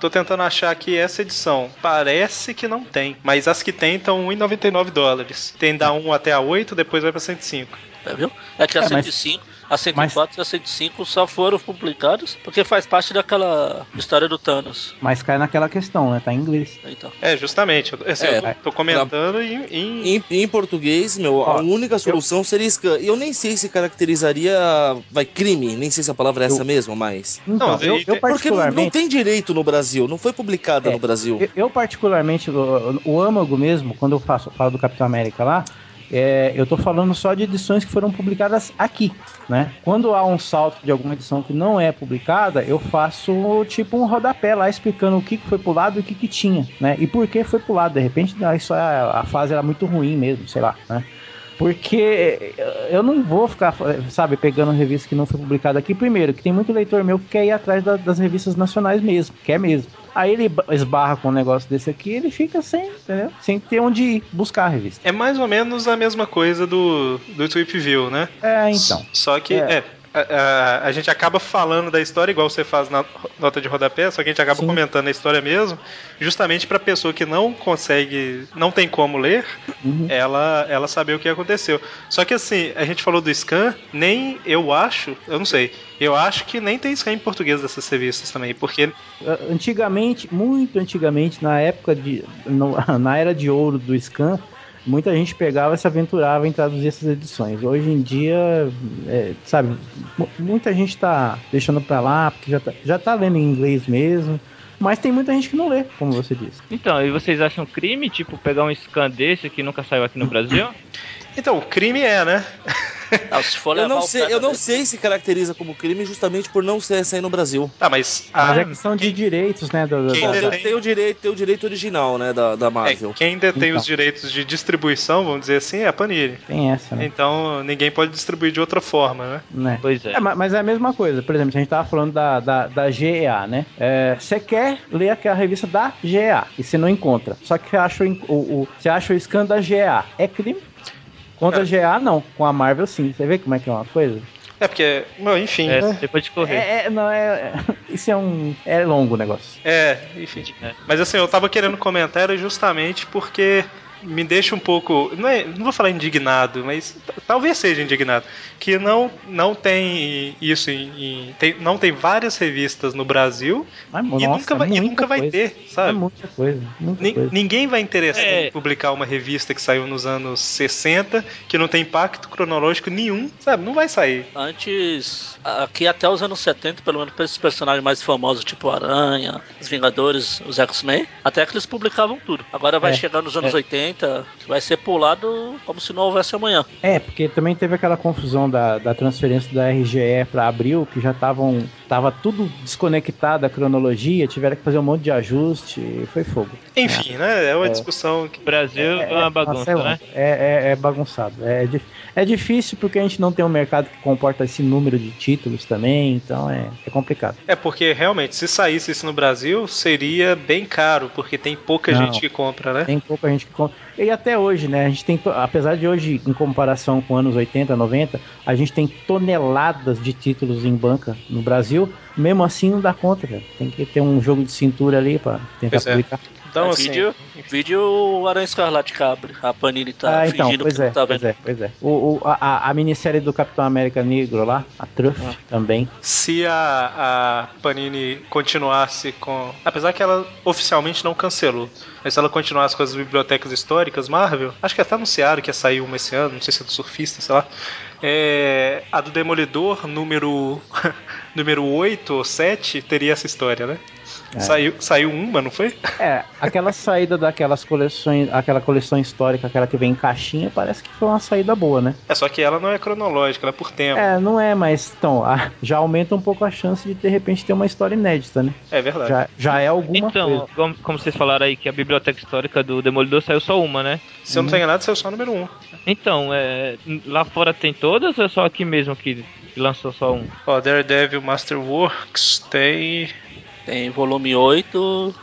Tô tentando achar aqui essa edição. Parece que não tem, mas as que tem um estão 1,99 dólares. Tem da 1 até a 8, depois vai pra 105. É, viu? É que a É, mas- 105, a 104 e a 105 só foram publicadas porque faz parte daquela história do Thanos. Mas cai naquela questão, né? Tá em inglês. Então, É, justamente. Eu- assim, É, eu tô, tô comentando em, em- Em, em português, meu, Ó, a única solução seria scan. E eu nem sei se caracterizaria. Vai, crime, nem sei se a palavra é essa mesmo, mas. Então, Não, eu, e- Porque eu não, não particularmente. tem direito no Brasil, não foi publicada É, no Brasil. Eu, eu particularmente, o, o âmago mesmo, quando eu faço, falo do Capitão América lá, é, eu tô falando só de edições que foram publicadas aqui, né? Quando há um salto de alguma edição que não é publicada, eu faço tipo um rodapé lá explicando o que que foi pulado e o que que tinha, né? E por que foi pulado. De repente, ah, isso, a, a fase era muito ruim mesmo, sei lá, né? Porque eu não vou ficar, sabe, pegando revista que não foi publicada aqui. Primeiro, que tem muito leitor meu que quer ir atrás da- das revistas nacionais mesmo, quer mesmo. Aí ele ba- esbarra com um negócio desse aqui ele fica sem, entendeu? Sem ter onde ir buscar a revista. É mais ou menos a mesma coisa do, do Trip View, né? É, então. Só que, É. é. a, a- a gente acaba falando da história igual você faz na nota de rodapé, só que a gente acaba Sim. comentando a história mesmo, justamente pra pessoa que não consegue, não tem como ler, Uhum. ela ela saber o que aconteceu. Só que assim, a gente falou do scan, nem eu acho, eu não sei, eu acho que nem tem scan em português dessas revistas também, porque Uh, Antigamente, muito antigamente, na época de. no- na era de ouro do Scan, muita gente pegava e se aventurava em traduzir essas edições. Hoje em dia, é, sabe, mu- muita gente tá deixando pra lá, porque já tá, já tá lendo em inglês mesmo. Mas tem muita gente que não lê, como você disse. Então, e vocês acham crime, tipo, pegar um scan desse que nunca saiu aqui no Brasil? então o crime é, né? ah, se for Eu levar não o sei, pé eu da não letra- sei se caracteriza como crime justamente por não ser sair no Brasil. Tá, mas a- Mas é questão de direitos, né? da- da- Quem da- Bom, detém- tem o direito, tem o direito original, né, da, da é, Marvel. quem detém Então. os direitos de distribuição, vamos dizer assim, é a Panini. tem essa, né? Então ninguém pode distribuir de outra forma, né? né? Pois é. É, ma- mas é a mesma coisa. Por exemplo, se a gente tava falando da, da, da GEA, né? É, Você quer ler aquela revista da GEA e você não encontra. Só que você acha o, en- o, o- você acha o scan da GEA. É crime? Contra a GEA, não. Com a Marvel, sim. Você vê como é que é uma coisa? É porque, bom, enfim, É, né? você pode correr. É, é- não, é, é- Isso é um... É longo o negócio. É, enfim. Mas assim, eu tava querendo comentar era justamente porque me deixa um pouco, não, é- não vou falar indignado, mas t- talvez seja indignado, que não não tem isso em, em- tem- não tem várias revistas no Brasil Mas, e nossa, nunca vai, e muita nunca vai coisa. ter, É sabe? muita coisa, muita Ni- coisa. Ninguém vai interessar É. em publicar uma revista que saiu nos anos 60, que não tem impacto cronológico nenhum, sabe? Não vai sair. Antes, aqui até os anos 70, pelo menos para esses personagens mais famosos, tipo Aranha, os Vingadores, os X-Men, até que eles publicavam tudo. Agora vai É, chegar nos anos 80, 80, que vai ser pulado como se não houvesse amanhã. É, porque também teve aquela confusão da, da transferência da RGE para abril, que já estavam tava tudo desconectado a cronologia, tiveram que fazer um monte de ajuste e foi fogo. Enfim, né? É uma discussão que. O Brasil é, É, uma é, nossa, bagunça, é, né? É, é- é bagunçado. É, di- é difícil porque a gente não tem um mercado que comporta esse número de títulos também, então é, é complicado. É porque realmente, se saísse isso no Brasil, seria bem caro, porque tem pouca Não. gente que compra, né? Tem pouca gente que compra. E até hoje, né? A gente tem, to- apesar de hoje, em comparação com anos 80, 90, a gente tem toneladas de títulos em banca no Brasil. Mesmo assim, não dá conta, cara. Tem que ter um jogo de cintura ali pra tentar Pois é. publicar. Então, É, assim. vídeo, vídeo o Aranha Escarlate Cabre, a Panini tá ah, então, fingindo pois que é, não tá pois vendo. é, pois é. O, o- a, a- a minissérie do Capitão América Negro lá, a Truff, Ah. também. se a, a Panini continuasse com. Apesar que ela oficialmente não cancelou, mas se ela continuasse com as bibliotecas históricas, Marvel, acho que até anunciaram que ia sair uma esse ano, não sei se é do surfista, sei lá. É, a do Demolidor, número. número 8 ou 7, teria essa história, né? É. Saiu, saiu uma, não foi? É, aquela saída daquelas coleções, aquela coleção histórica, aquela que vem em caixinha, parece que foi uma saída boa, né? É só que ela não é cronológica, ela é por tempo. É, não é, mas então, a- já aumenta um pouco a chance de de repente ter uma história inédita, né? É, verdade. Já, já é alguma Então, coisa. como, como vocês falaram aí que a biblioteca histórica do Demolidor saiu só uma, né? Se eu não tô enganado, saiu só a número 1. Então, é, lá fora tem todas ou é só aqui mesmo que lançou só um? Ó, Daredevil Masterworks tem. é. Tem volume 8,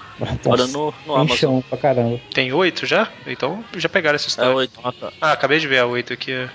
olha no, no Tem Amazon. chão pra caramba. Tem 8 já? Então já pegaram essa É história. 8. Nota Ah, acabei de ver a 8 aqui.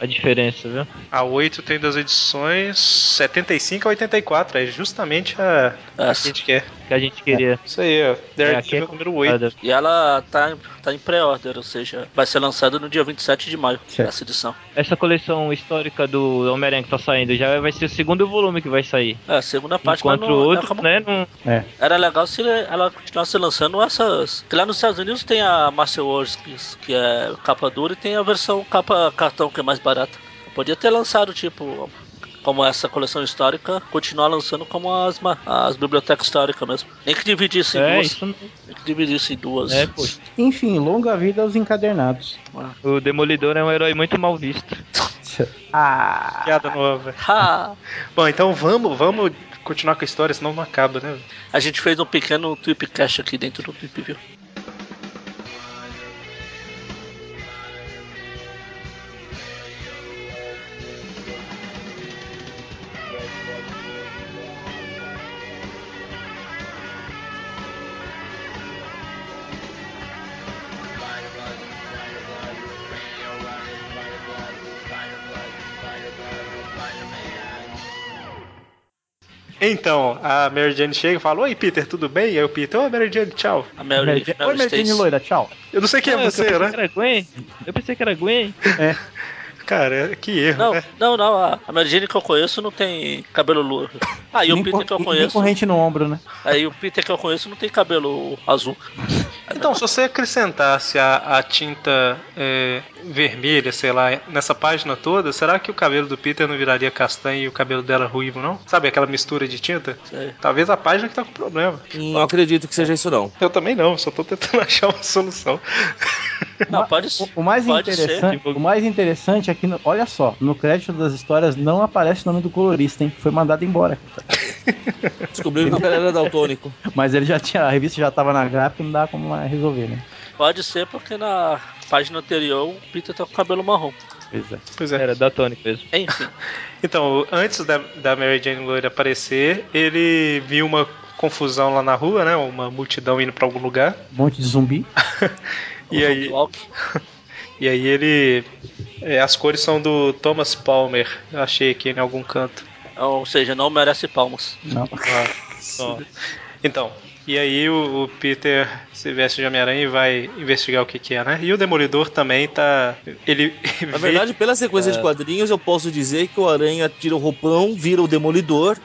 a diferença, viu? A 8 tem das edições 75 a 84, é justamente a, a que a Essa. gente quer. Que a gente É, queria. Isso aí, ó. aqui Daredevil é é número 8. E ela tá, em- tá em pré-order, ou seja, vai ser lançada no dia 27 de maio, Certo. essa edição. Essa coleção histórica do Homem-Aranha que tá saindo já vai ser o segundo volume que vai sair. É, a segunda parte, mas Enquanto não- outros, acabou- né? Não, É. Era legal se ela continuasse lançando essas. Que lá nos Estados Unidos tem a Marcel Orskis, que é capa dura, e tem a versão capa cartão, que é mais barata. Podia ter lançado, tipo, como essa coleção histórica, continuar lançando como as, ma- as bibliotecas históricas mesmo. Nem que dividisse em é, duas. isso não. Nem que dividisse em duas. É, poxa. Enfim, longa vida aos encadernados. O Demolidor é um herói muito mal visto. É Ah, Piada nova. Ha! Bom, então vamos, vamos continuar com a história, senão não acaba, né? A gente fez um pequeno Tweepcast aqui dentro do Tweep, viu? Então, a Mary Jane chega e fala: Oi, Peter, tudo bem? E aí o Peter: Oi, Mary Jane, tchau. A Mary, Mary Jane- Oi, Mary Mary Jane Stacy. Loira, tchau. Eu não sei quem Ah, é eu você, pensei né? que era Gwen. Eu pensei que era Gwen. Cara, que erro, Não, né? não, não. a- A Mary Jane que eu conheço não tem cabelo louro. Ah, e o Nem Peter cor- que eu nem conheço. corrente no ombro, né? Aí o Peter que eu conheço não tem cabelo azul. Então, se você acrescentasse a, a tinta é, vermelha, sei lá, nessa página toda, será que o cabelo do Peter não viraria castanho e o cabelo dela ruivo, não? Sabe aquela mistura de tinta? Sei. Talvez a página que tá com problema. Não acredito que seja isso, não. Eu também não, só tô tentando achar uma solução. Não, pode ser. tipo- O, o mais Pode interessante, o mais interessante é que, no- olha só, no crédito das histórias não aparece o nome do colorista, hein? Foi mandado embora. Descobriu que o cara era daltônico. Mas ele já tinha, a revista já tava na gráfica, não dá como mais resolver, né? Pode ser porque na página anterior o Peter tá com cabelo marrom. Pois é. Pois é. Era da Tony mesmo. Enfim, Então, antes da, da Mary Jane Loira aparecer, ele viu uma confusão lá na rua, né? Uma multidão indo pra algum lugar. Um monte de zumbi. E o aí- Walk. E aí ele. é, as cores são do Thomas Palmer. Eu achei aqui em algum canto. Ou seja, não merece palmas. Não. Ó. Então, e aí o, o Peter se veste de Homem-Aranha e vai investigar o que, que é, né? E o Demolidor também tá. Ele. Na verdade, pela sequência É. de quadrinhos, eu posso dizer que o Aranha tira o roupão, vira o Demolidor.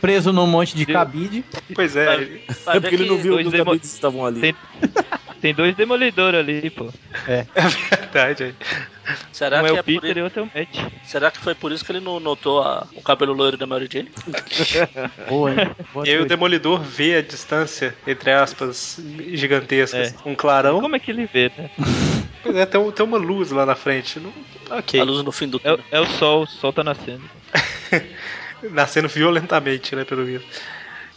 Preso num monte de cabide. Pois é, Vai- ele- Vai É ver porque ele não que- viu dois os demo- cabides que estavam ali. Tem dois Demolidor ali, pô. é verdade. Será, um que é é o por Peter i- e outro é o Matt. será que foi por isso que ele não notou a- o cabelo loiro da Mary Jane? Boa, hein? Boa E aí o teoria. Demolidor vê a distância, entre aspas, gigantescas. É. Um clarão. Como é que ele vê, né? Pois é, tem, um- tem uma luz lá na frente. Não- Ok. A luz no fim do É, túnel. o- é o sol, o sol tá nascendo. tá Nascendo violentamente, né, pelo visto.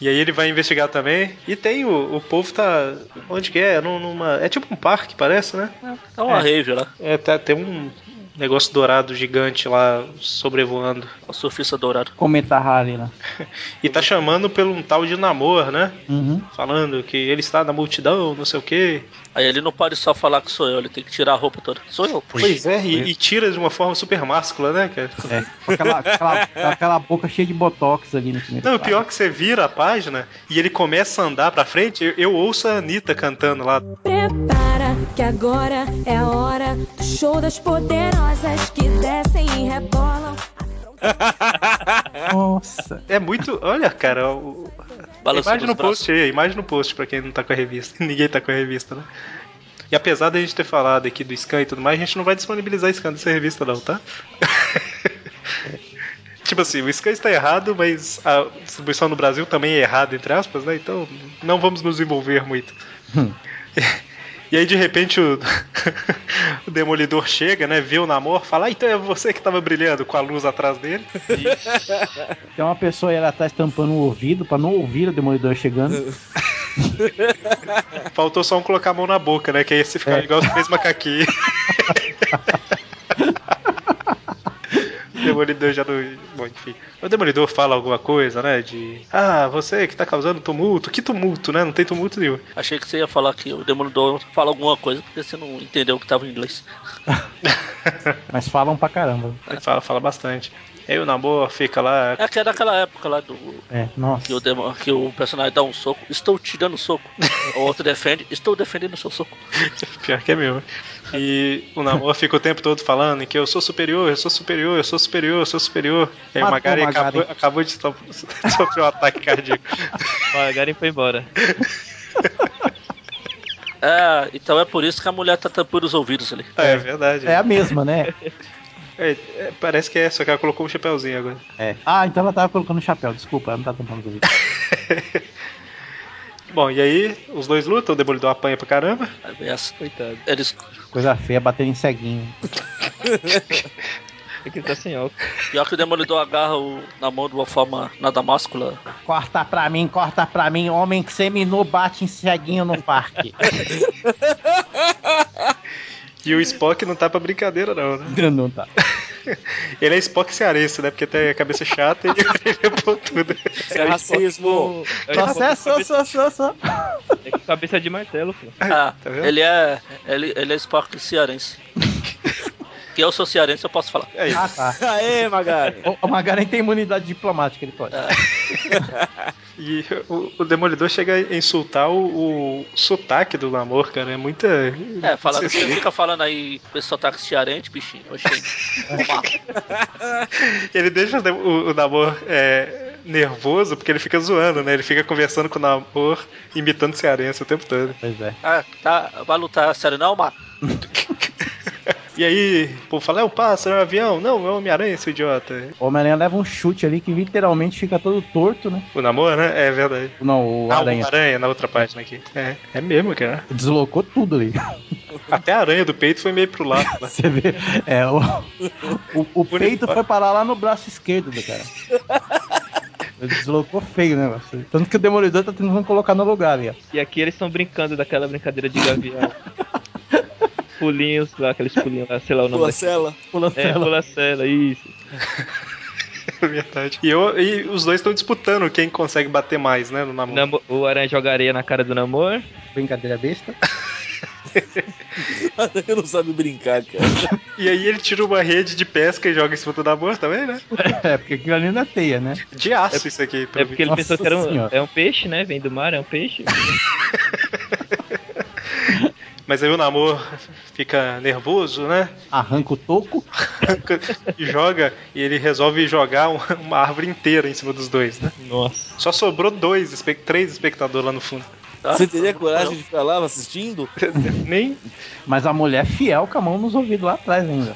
E aí ele vai investigar também. E tem o, o povo tá. Onde que é? Num- Numa, é tipo um parque, parece, né? É uma rave lá, É, tá, tem um negócio dourado gigante lá sobrevoando. o surfista dourado. Cometa Harry lá. E tá chamando pelo um tal de namor, né? Uhum. Falando que ele está na multidão, não sei o quê. Aí ele não pode só falar que sou eu, ele tem que tirar a roupa toda. Sou eu. Pois é, e, e tira de uma forma super máscula, né, cara? É. Com Aquela, aquela, com aquela boca cheia de botox ali no primeiro. Não, o quadro. pior é que você vira a página e ele começa a andar pra frente, eu, eu ouço a Anitta cantando lá. Prepara que agora é a hora do show das poderosas que descem e rebolam. Nossa. É muito. Olha, cara, o, Balançando imagem os no braços. post aí, imagem no post pra quem não tá com a revista. Ninguém tá com a revista, né? E apesar da gente ter falado aqui do scan e tudo mais, a gente não vai disponibilizar scan dessa revista, não, tá? tipo assim, o scan está errado, mas a distribuição no Brasil também é errada, entre aspas, né? Então não vamos nos envolver muito. E aí, de repente, o, o Demolidor chega, né? Vê o Namor, fala: ah, então é você que tava brilhando com a luz atrás dele. Tem uma pessoa aí, ela tá estampando o ouvido pra não ouvir o demolidor chegando. Faltou só um colocar a mão na boca, né? Que aí você fica É. igual os três macaquinhos. O Demolidor já não. Bom, enfim. O Demolidor fala alguma coisa, né? De. Ah, você que tá causando tumulto. Que tumulto, né? Não tem tumulto nenhum. Achei que você ia falar que o Demolidor fala alguma coisa porque você não entendeu o que tava em inglês. Mas falam pra caramba. Ele fala, fala bastante. Aí o Namor fica lá. É que é daquela época lá do. É, nossa. Que o, demo, que o personagem dá um soco, estou te dando soco. O outro defende, estou defendendo o seu soco. Pior que é meu. E o Namor fica o tempo todo falando que eu sou superior, eu sou superior, eu sou superior, eu sou superior. E aí o Matou Magari o Magari. acabou, acabou de so- sofrer um ataque cardíaco. O Magaren foi embora. É, então é por isso que a mulher tá tampando os ouvidos ali. É, verdade. É a mesma, né? É, é, parece que é, só que ela colocou um chapéuzinho agora. É. Ah, então ela tava colocando chapéu, desculpa, ela não tá tampando os ouvidos. Bom, e aí os dois lutam, o Demolidor apanha pra caramba. Aí vem essa. Coitado. Eles, Coisa feia, bater em ceguinho. É que ele tá sem óculos. pior que o Demolidor agarra o, na mão de uma forma nada máscula. Corta pra mim, corta pra mim, homem que seminou bate em ceguinho no parque. E o Spock não tá pra brincadeira, não, né? não tá. Ele é Spock cearense, né? Porque tem a cabeça chata e ele é pontudo. É racismo. É Nossa, é, só, cabeça, só, só, só. é com cabeça de martelo, pô. Ah, Tá vendo? ele é. Ele, ele é Spock cearense. que eu sou cearense, eu posso falar. É Ah, isso. tá. Aê, Magari. O- O Magaren tem imunidade diplomática, ele pode. E o, o Demolidor chega a insultar o, o sotaque do Namor, cara. É muita. É, falando, você fica falando aí, pessoal tá cearense, bichinho. Oxê. Ele deixa o, Dem- o- o Namor é, nervoso porque ele fica zoando, né? Ele fica conversando com o Namor, imitando cearense o tempo todo. Pois é. Ah, tá, vai lutar sério, não, Mar? E aí, o povo fala: é o pássaro, é um avião. Não, é o Homem-Aranha, seu idiota. O Homem-Aranha leva um chute ali que literalmente fica todo torto, né? O Namor, né? É verdade. Não, o Ah, Aranha. o aranha na outra página aqui. É, é mesmo, cara. Deslocou tudo ali. Até a aranha do peito foi meio pro lado. né? Você vê. É, o, o, o peito foi parar lá no braço esquerdo do cara. Deslocou feio o negócio. Tanto que o Demolidor tá tentando colocar no lugar ali, ó. E aqui eles estão brincando daquela brincadeira de gavião. Pulinhos lá, aqueles pulinhos lá, sei lá o nome. Pula daquilo. cela. Pulando É, ela. pula cela, isso. É verdade. E, eu, e os dois estão disputando quem consegue bater mais, né? No namoro. Namo- O aranha joga areia na cara do É Namor. Brincadeira besta. Eu não sabe brincar, cara. E aí ele tira uma rede de pesca e joga em cima do namoro também, né? É, porque aquilo ali não é teia, né? De aço isso aqui. pelo É porque ele Nossa pensou que era um, Senhora. é um peixe, né? Vem do mar, é um peixe. visto. Mas aí o namoro fica nervoso, né? Arranca o toco. e joga e ele resolve jogar um- uma árvore inteira em cima dos dois, né? Nossa. Só sobrou dois, espe- três espectadores lá no fundo. Tá? Você teria coragem de ficar lá assistindo? Nem. Mas a mulher é fiel com a mão nos ouvidos lá atrás ainda.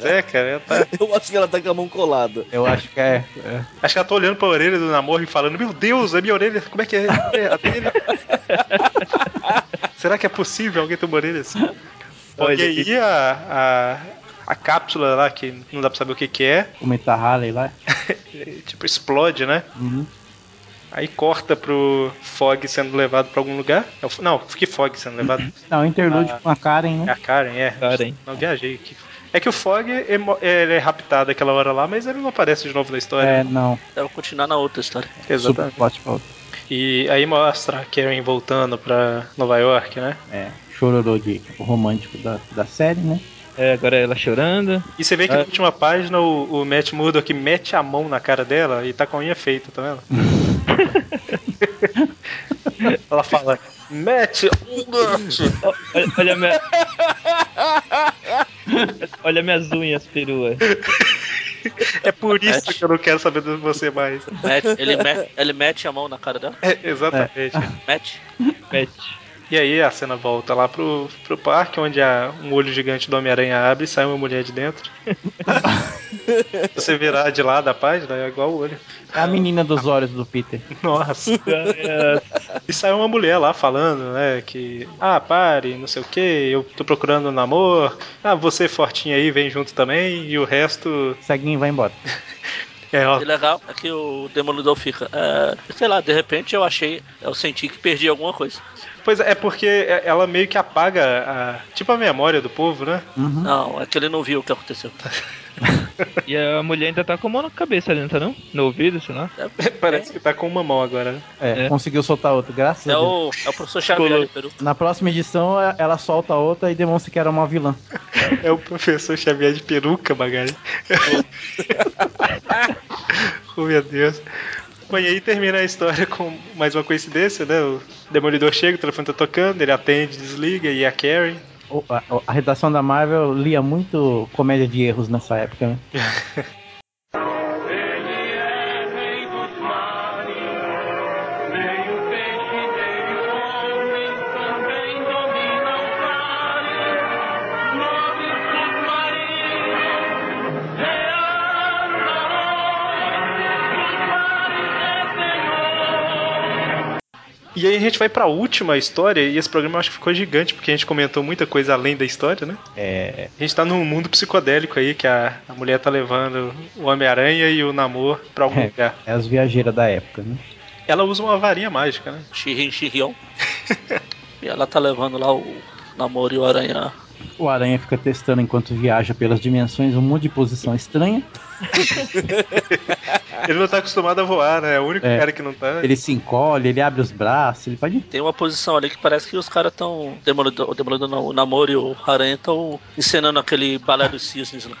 É, cara. ela tá- Eu acho que ela tá com a mão colada. Eu acho que é. Acho que ela tá olhando pra orelha do namoro e falando: Meu Deus, é minha orelha, como é que é? É a dele? Será que é possível alguém ter uma orelha assim? Porque é, Olha, aí a, a, a cápsula lá, que não dá pra saber o que, que é, O Meta Harley lá. tipo, explode, né? Uhum. Aí corta pro Fog sendo levado pra algum lugar. É o F- Não, que Fog sendo levado? Não, interlude com a Karen, É né? a Karen, é. Karen. Não viajei aqui. É que o Fog é, mo- ele é raptado aquela hora lá, mas ele não aparece de novo na história. É, não. Deve continuar na outra história. É, Super Exatamente. plot pra outra. E aí mostra a Karen voltando pra Nova York, né? É, chororô de tipo, romântico da, da série, né? É, agora ela chorando. E você vê que É. na última página o, o Matt Murdock mete a mão na cara dela e tá com a unha feita, tá vendo? Ela fala, Matt, Murdock! Ó, olha, olha minha. olha minhas unhas, perua. é por isso que eu não quero saber de você mais. Mete, ele, mete, ele mete a mão na cara dela. É, exatamente. Mete. Pet. E aí a cena volta lá pro, pro parque, onde a, um olho gigante do Homem-Aranha abre e sai uma mulher de dentro. Se você virar de lá da página, é igual o olho. A menina dos olhos do Peter. Nossa. É, E saiu uma mulher lá falando, né? Que, ah, pare, não sei o que, eu tô procurando um namoro. Ah, você fortinha aí, vem junto também. E o resto. Segue e vai embora. É, ó, E legal é que o Demolidor fica. é, sei lá, de repente eu achei. Eu senti que perdi alguma coisa. pois é, é porque é- ela meio que apaga a, tipo a memória do povo, né? Uhum. Não, é que ele não viu o que aconteceu. E a mulher ainda tá com a mão na cabeça ali, não tá não? No ouvido, sei É, lá. Parece que tá com uma mão agora. né? É, É. conseguiu soltar outra, graças É a Deus. o, é o professor Xavier de Peru. Na próxima edição, é- ela solta outra e demonstra que era uma vilã. É o professor Xavier de peruca, bagulho. oh, meu Deus. Bom, e aí termina a história com mais uma coincidência, né? O Demolidor chega, o telefone tá tocando, ele atende, desliga, e a Karen. O- A, a redação da Marvel lia muito comédia de erros nessa época, né? E aí a gente vai pra última história, e esse programa eu acho que ficou gigante, porque a gente comentou muita coisa além da história, né? É. A gente tá num mundo psicodélico aí, que a, a mulher tá levando o Homem-Aranha e o Namor pra algum É. lugar. É as viajeiras da época, né? Ela usa uma varinha mágica, né? Shirin Shirion. e ela tá levando lá o namoro e o aranha. O Aranha fica testando enquanto viaja pelas dimensões um monte de posição estranha. Ele não tá acostumado a voar, né? É o único Ah. É. cara que não tá. Ele se encolhe, ele abre os braços, ele faz de Tem uma posição ali que parece que os caras estão. Demolidor, o Demolidor não, o namoro e o aranha estão encenando aquele balé dos cisnes lá.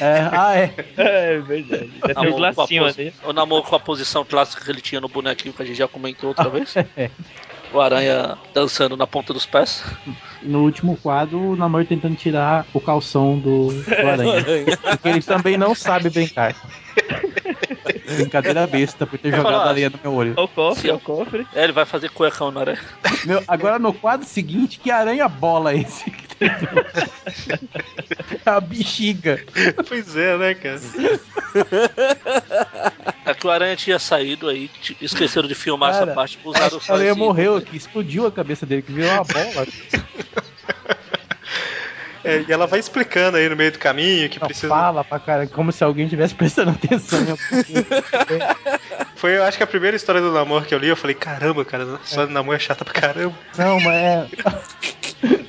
É, ah, é. É verdade. Já tem uns Namor com a lacinhos posi- ali. O namoro com a posição clássica que ele tinha no bonequinho que a gente já comentou outra vez. O aranha dançando na ponta dos pés. E no último quadro, o Namor tentando tirar o calção do, É, do Aranha. Porque ele também não sabe brincar. Brincadeira besta por ter jogado falar, a areia no meu olho. Olha o cofre, olha o cofre. É, ele vai fazer cuecão na aranha. Meu, agora no quadro seguinte, que aranha bola é esse? que tem? É a bexiga. Pois é, né, cara? É que o aranha tinha saído aí, t- esqueceram de filmar Cara, essa parte, usaram A aranha morreu aqui, explodiu a cabeça dele, que virou uma bola. É, e ela vai explicando aí no meio do caminho que Não, precisa. Fala pra cara, como se alguém estivesse prestando atenção em É alguma coisa. Foi, eu acho que a primeira história do namoro que eu li, eu falei, caramba, cara, a história do namoro é chata pra caramba. Não, mas é.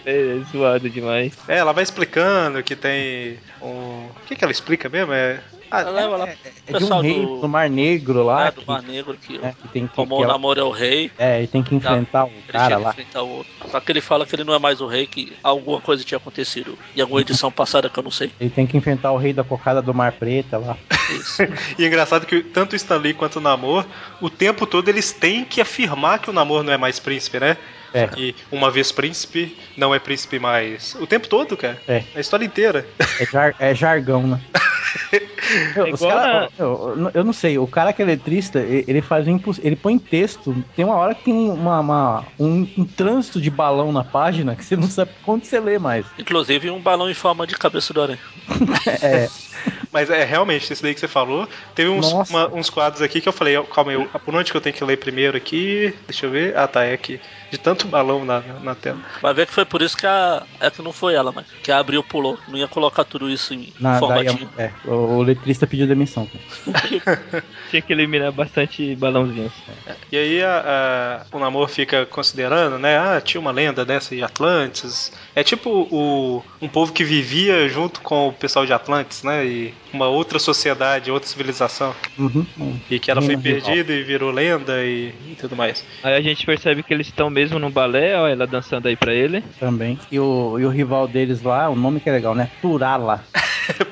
É, zoado demais. É, ela vai explicando que tem um. O que, que ela explica mesmo? É. Ah, Ela leva lá É de um Pessoal do- rei do Mar Negro lá. é, do que- Mar Negro que né, que tem que, tomou que o ela- namoro é o rei. É, e tem que enfrentar um Ele cara tinha que lá. enfrentar o outro. Só que ele fala que ele não é mais o rei, que alguma coisa tinha acontecido em alguma edição passada que eu não sei. Ele tem que enfrentar o rei da cocada do Mar Preta lá. E é engraçado que tanto o Stanley quanto o Namor, o tempo todo eles têm que afirmar que o Namor não é mais príncipe, né? É. Que uma vez príncipe, não é príncipe mais. O tempo todo, cara. É. A história inteira. É, jar- é jargão, né? Meu, É os igual cara- a- eu, eu não sei, o cara que é eletrista, e- ele faz o imposs... ele põe texto. Tem uma hora que tem uma, uma- um, um trânsito de balão na página que você não sabe quando você lê mais. Inclusive um balão em forma de cabeça do aranha. É, Mas é realmente, isso daí que você falou. Teve uns, Nossa. uma- uns quadros aqui que eu falei, ó, calma aí, eu- por onde que eu tenho que ler primeiro aqui? Deixa eu ver. Ah, tá, é aqui. De tanto balão na, na tela. Vai ver que foi por isso que a. É que não foi ela, mas que a abriu pulou. Não ia colocar tudo isso em na, daí, formatinho. é, o, o eletrista pediu demissão. Tinha que eliminar bastante balãozinhos. E aí a- a- o Namor fica considerando, né? Ah, tinha uma lenda dessa de Atlantis. É tipo o, um povo que vivia junto com o pessoal de Atlantis, né? E uma outra sociedade, outra civilização. Uhum. E que ela foi Reino rival. perdida e virou lenda e, e tudo mais. Aí a gente percebe que eles estão mesmo num balé, ó, ela dançando aí pra ele. Também. E o, e o rival deles lá, o nome que é legal, né? Turala.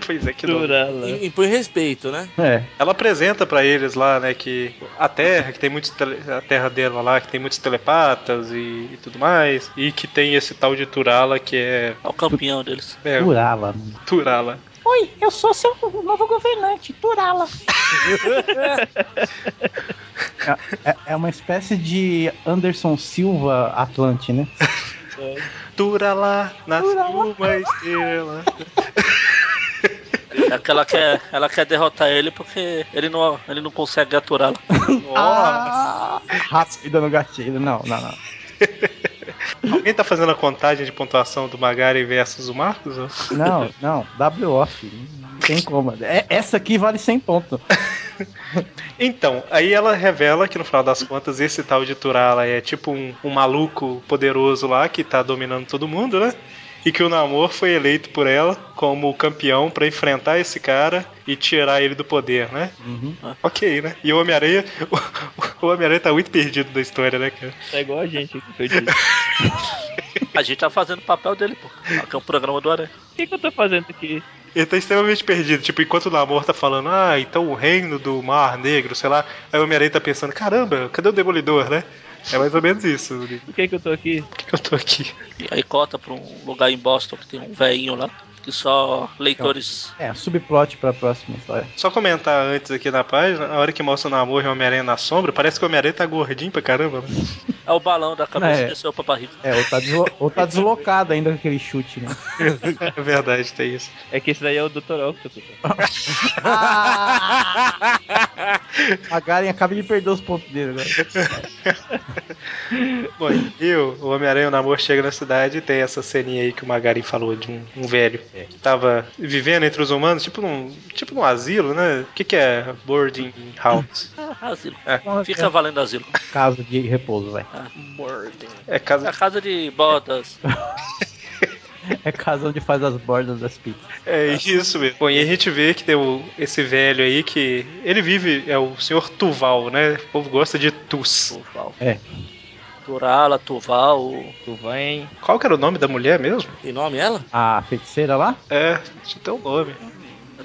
pois é que não. Turala. E, e põe respeito, né? É. Ela apresenta pra eles lá, né, que a Terra, que tem muitos tele- a Terra dela lá, que tem muitos telepatas e, e tudo mais, e que tem esse tal de Turala que é, É o campeão deles. é Turala, né? mano. Turala. Oi, eu sou seu novo governante, Turala. É, é uma espécie de Anderson Silva Atlante, né? Turala nasceu uma estrela. É que ela quer, ela quer derrotar ele porque ele não, ele não consegue aturá-la. Ah. Rápido no gatilho. Não, não, não. Alguém tá fazendo a contagem de pontuação do Magari versus o Marcos? ó? Não, não, W filho. Não tem como. É, essa aqui vale 100 pontos. Então, aí ela revela que no final das contas esse tal de Turala é tipo um, um maluco poderoso lá que tá dominando todo mundo, né? E que o Namor foi eleito por ela como o campeão pra enfrentar esse cara e tirar ele do poder, né? Uhum. Ok, né? E o Homem-Aranha. O, o Homem-Aranha tá muito perdido da história, né, cara? Tá igual a gente aqui, perdido. A gente tá fazendo o papel dele, pô. Aqui é um programa do Aranha. O que, que eu tô fazendo aqui? Ele tá extremamente perdido. Tipo, enquanto o Namor tá falando, ah, então o reino do Mar Negro, sei lá. Aí o Homem-Aranha tá pensando, caramba, cadê o Demolidor, né? É mais ou menos isso. Por Por que, que eu tô aqui? que eu tô aqui? E aí corta pra um lugar em Boston que tem um velhinho lá. Que só leitores. É, subplot pra próxima tá? história. Só comentar antes aqui na página, a hora que mostra o namoro e o Homem-Aranha na sombra, parece que o Homem-Aranha tá gordinho pra caramba, né? É o balão da cabeça É. que desceu pra barriga. É, ou tá, deslo- ou tá deslocado ainda com aquele chute, né? É verdade, tem isso. É que esse daí é o Dr. Octopus. Ah. A Garen acaba de perder os pontos dele agora. Bom, e o o Homem-Aranha e o Namor chega na cidade e tem essa ceninha aí que o Magari falou de um, um velho que tava vivendo entre os humanos, tipo num, tipo num asilo, né? O que, que é boarding house? Ah, asilo. Uma Fica valendo asilo. É Casa de repouso, vai. É É a casa. casa de bodas. É casa onde faz as bordas das pizzas. É isso mesmo. Bom, e a gente vê que tem o- esse velho aí que. Ele vive, é o senhor Tuval, né? O povo gosta de Tus. Tuval. É. Turala, Tuval. Tu vai, hein? Qual que era o nome da mulher mesmo? Tem nome ela? A feiticeira lá? É, tinha até o nome.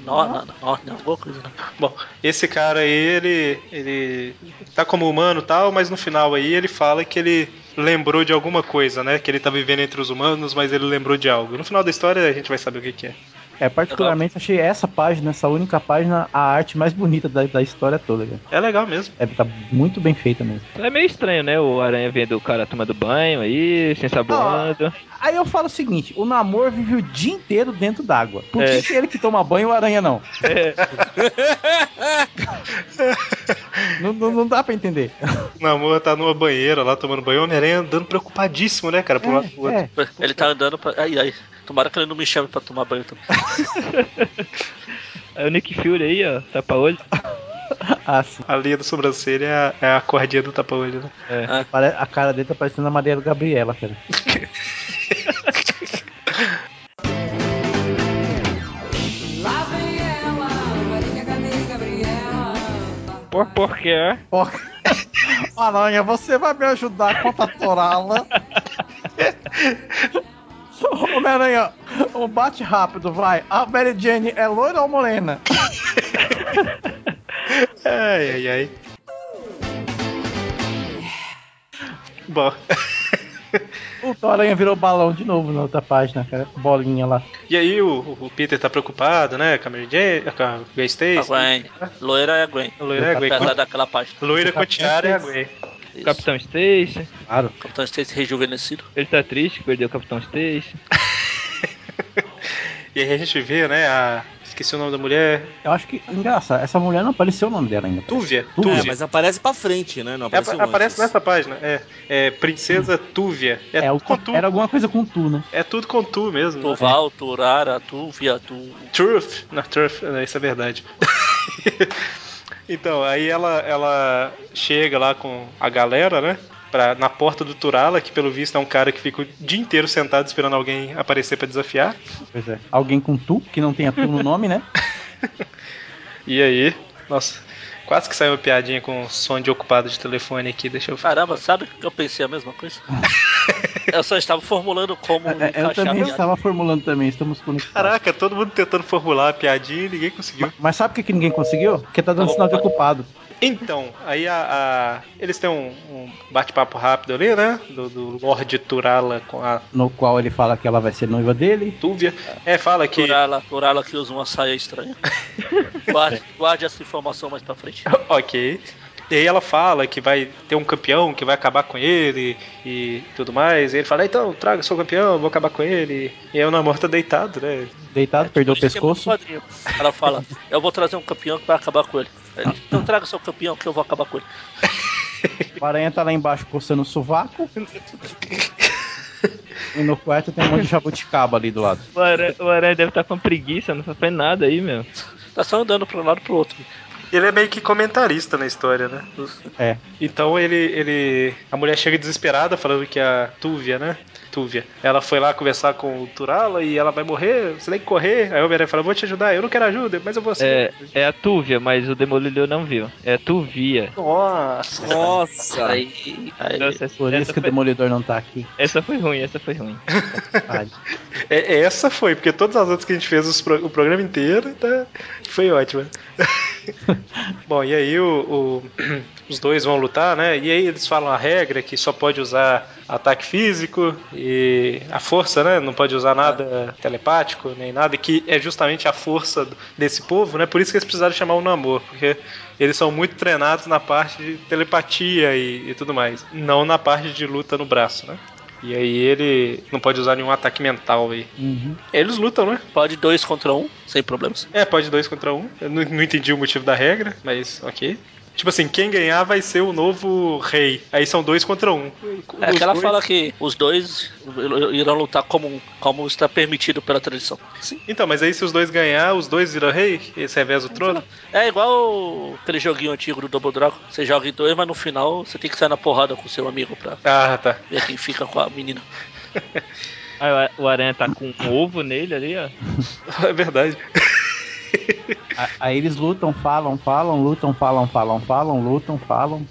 Nó, nó, nó, não, alguma coisa. né? Bom, esse cara aí, ele, ele tá como humano e tal, mas no final aí ele fala que ele lembrou de alguma coisa, né? Que ele tá vivendo entre os humanos, mas ele lembrou de algo. No final da história a gente vai saber o que, que é. É, particularmente achei essa página, essa única página, a arte mais bonita da, da história toda, cara. É legal mesmo. É, tá muito bem feita mesmo. É meio estranho, né? O Aranha vendo o cara tomando banho aí, se ensaboando. Aí eu falo o seguinte: o Namor vive o dia inteiro dentro d'água. Por que, É. que ele que toma banho e o aranha não? não, não? não dá pra entender. O Namor tá numa banheira lá tomando banho, o Homem-Aranha andando preocupadíssimo, né, cara? Por um lado pro outro. É, é. Ele tá andando pra. Ai, ai. Tomara que ele não me chame pra tomar banho também. Aí o Nick Fury aí, ó, tá tapa olho. Ah, sim. A linha da sobrancelha é a, é a cordinha do tapa-olho, né? Pare- A cara dele tá parecendo a Maria Gabriela, cara. Por, por quê? Ó, Aranha, você vai me ajudar contra a Torala. Homem-Aranha, um bate rápido, vai. A Mary Jane é loira ou morena? Ai, ai, ai. Bom. O Aranha virou balão de novo na outra página, cara. Bolinha lá. E aí o, o Peter tá preocupado, né? Com a Mary Jane, com a Gwen A Stacy. Tá, Gwen. Loira é a Gwen. A Loira é a Gwen. Apesar daquela página. Loira com a tiara é a Gwen. Isso. Capitão Stacy, Claro. Capitão Stacy rejuvenescido. ele tá triste que perdeu o Capitão Stacy. E aí a gente vê, né? A... Esqueci o nome da mulher. Eu acho que. Engraçado, essa mulher não apareceu o nome dela ainda. Túvia. É, Túvia. mas aparece pra frente, né? Não É, apareceu antes. aparece nessa página. É, é Princesa Túvia. É, É, o- tudo com tu. era alguma coisa com tu, né? É tudo com tu mesmo. né? Tuval, Turara, Tu, Via, Tu. Truth. Na Truth, é, isso é verdade. então, aí ela, ela chega lá com a galera, né? Pra, na porta do Turala, que pelo visto é um cara que fica o dia inteiro sentado esperando alguém aparecer pra desafiar. Pois é. Alguém com tu, que não tenha tu no nome, né? E aí? Nossa, quase que saiu uma piadinha com som de ocupado de telefone aqui, deixa eu Caramba, sabe que eu pensei a mesma coisa? eu só estava formulando como É, Eu encaixar a também piada. estava formulando também, estamos conectados. Caraca, todo mundo tentando formular a piadinha e ninguém conseguiu. Mas sabe por que, que ninguém conseguiu? Porque tá dando sinal de ocupado. Então, aí a, a- eles têm um, um bate-papo rápido ali, né? Do, do Lorde Turala com a No qual ele fala que ela vai ser noiva dele. Túvia. É, fala que. Turala, Turala que usa uma saia estranha. guarde, guarde essa informação mais pra frente. ok. E aí ela fala que vai ter um campeão que vai acabar com ele e tudo mais. E ele fala, então, traga seu campeão, vou acabar com ele. E aí o Namor tá deitado, né? Deitado, perdeu o Por isso que é muito pescoço. quadrinho. Ela fala, eu vou trazer um campeão que vai acabar com ele. Ah. Ele, então traga seu campeão que eu vou acabar com ele. O aranha tá lá embaixo coçando o sovaco. e no quarto tem um monte de jabuticaba ali do lado. O Aranha, o Aranha deve estar com preguiça, não faz nada aí, meu. Tá só andando pra um lado e pro outro. Ele é meio que comentarista na história, né? É. Então ele, ele. A mulher chega desesperada falando que a Túvia, né? Túvia. Ela foi lá conversar com o Turala e ela vai morrer, você tem que correr. Aí o Homem-Aranha fala, vou te ajudar, eu não quero ajuda, mas eu vou sim. É, é a Túvia, mas o Demolidor não viu. É a Tuvia. Nossa. Nossa! Aí, aí Nossa, essa, Por isso essa que o foi, Demolidor não tá aqui. essa foi ruim, essa foi ruim. Ai, É, é, essa foi, porque todas as outras que a gente fez os pro- o programa inteiro, tá? foi ótima. Bom, e aí o- o- os dois vão lutar, né? E aí eles falam a regra que só pode usar ataque físico e a força, né? Não pode usar nada telepático nem nada, e que é justamente a força do- desse povo, né? Por isso que eles precisaram chamar o Namor, porque eles são muito treinados na parte de telepatia e- e tudo mais, não na parte de luta no braço, né? E aí ele não pode usar nenhum ataque mental aí. uhum. Eles lutam, né? pode dois contra um, sem problemas. É, pode dois contra um. Eu não, não entendi o motivo da regra, mas ok. Tipo assim, quem ganhar vai ser o novo rei. Aí são dois contra um. É Os que ela dois- fala que os dois irão lutar como, um, como está permitido pela tradição. Sim. Então, mas aí se os dois ganhar, os dois viram rei? Esse reveza o trono? É igual aquele joguinho antigo do Double Dragon. Você joga em dois, mas no final você tem que sair na porrada com seu amigo pra Ah, tá. ver quem fica com a menina. Aí o a- o Aranha tá com um ovo nele ali, ó. É verdade. A- Aí eles lutam, falam, falam, lutam, falam, falam, falam, lutam, falam.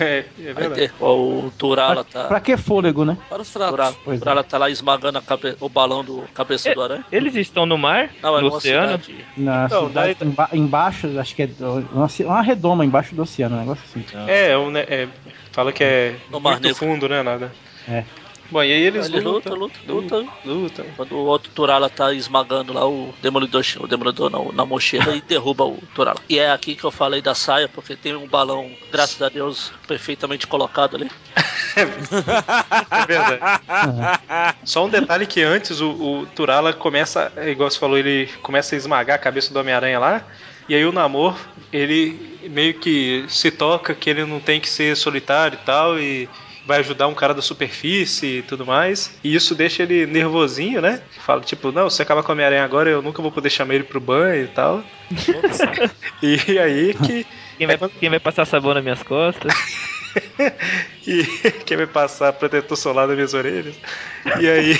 É, é Vai verdade. ter. Ó, O Turala Pra tá. que fôlego, né? Para os Turala, fracos. Pois é. Turala tá lá esmagando a cabe- o balão do cabeça do aranha. Eles estão no mar, Não, é no numa oceano. cidade. Na Então, cidade, daí- emba- embaixo, acho que é do- uma, ci- uma redoma embaixo do oceano, um negócio assim. É, é, um, né, é fala que é No Mar muito Negro. fundo, né? Nada. É. Bom, e aí eles Ele luta, lutam. Hum. luta, luta. Lutam. Quando o outro Turala tá esmagando lá o Demolidor, o Demolidor não, na mochila e derruba o Turala. E é aqui que eu falei da saia, porque tem um balão, graças a Deus, perfeitamente colocado ali. É verdade. Só um detalhe que antes o, o Turala começa, é, igual você falou, ele começa a esmagar a cabeça do Homem-Aranha lá. E aí o Namor, ele meio que se toca que ele não tem que ser solitário e tal, e vai ajudar um cara da superfície e tudo mais. E isso deixa ele nervosinho, né? Fala, tipo, não, se acabar com o Homem-Aranha agora, eu nunca vou poder chamar ele pro banho e tal. e aí que. Quem vai, quem vai passar sabão nas minhas costas? E quer me passar protetor solar nas minhas orelhas. E aí,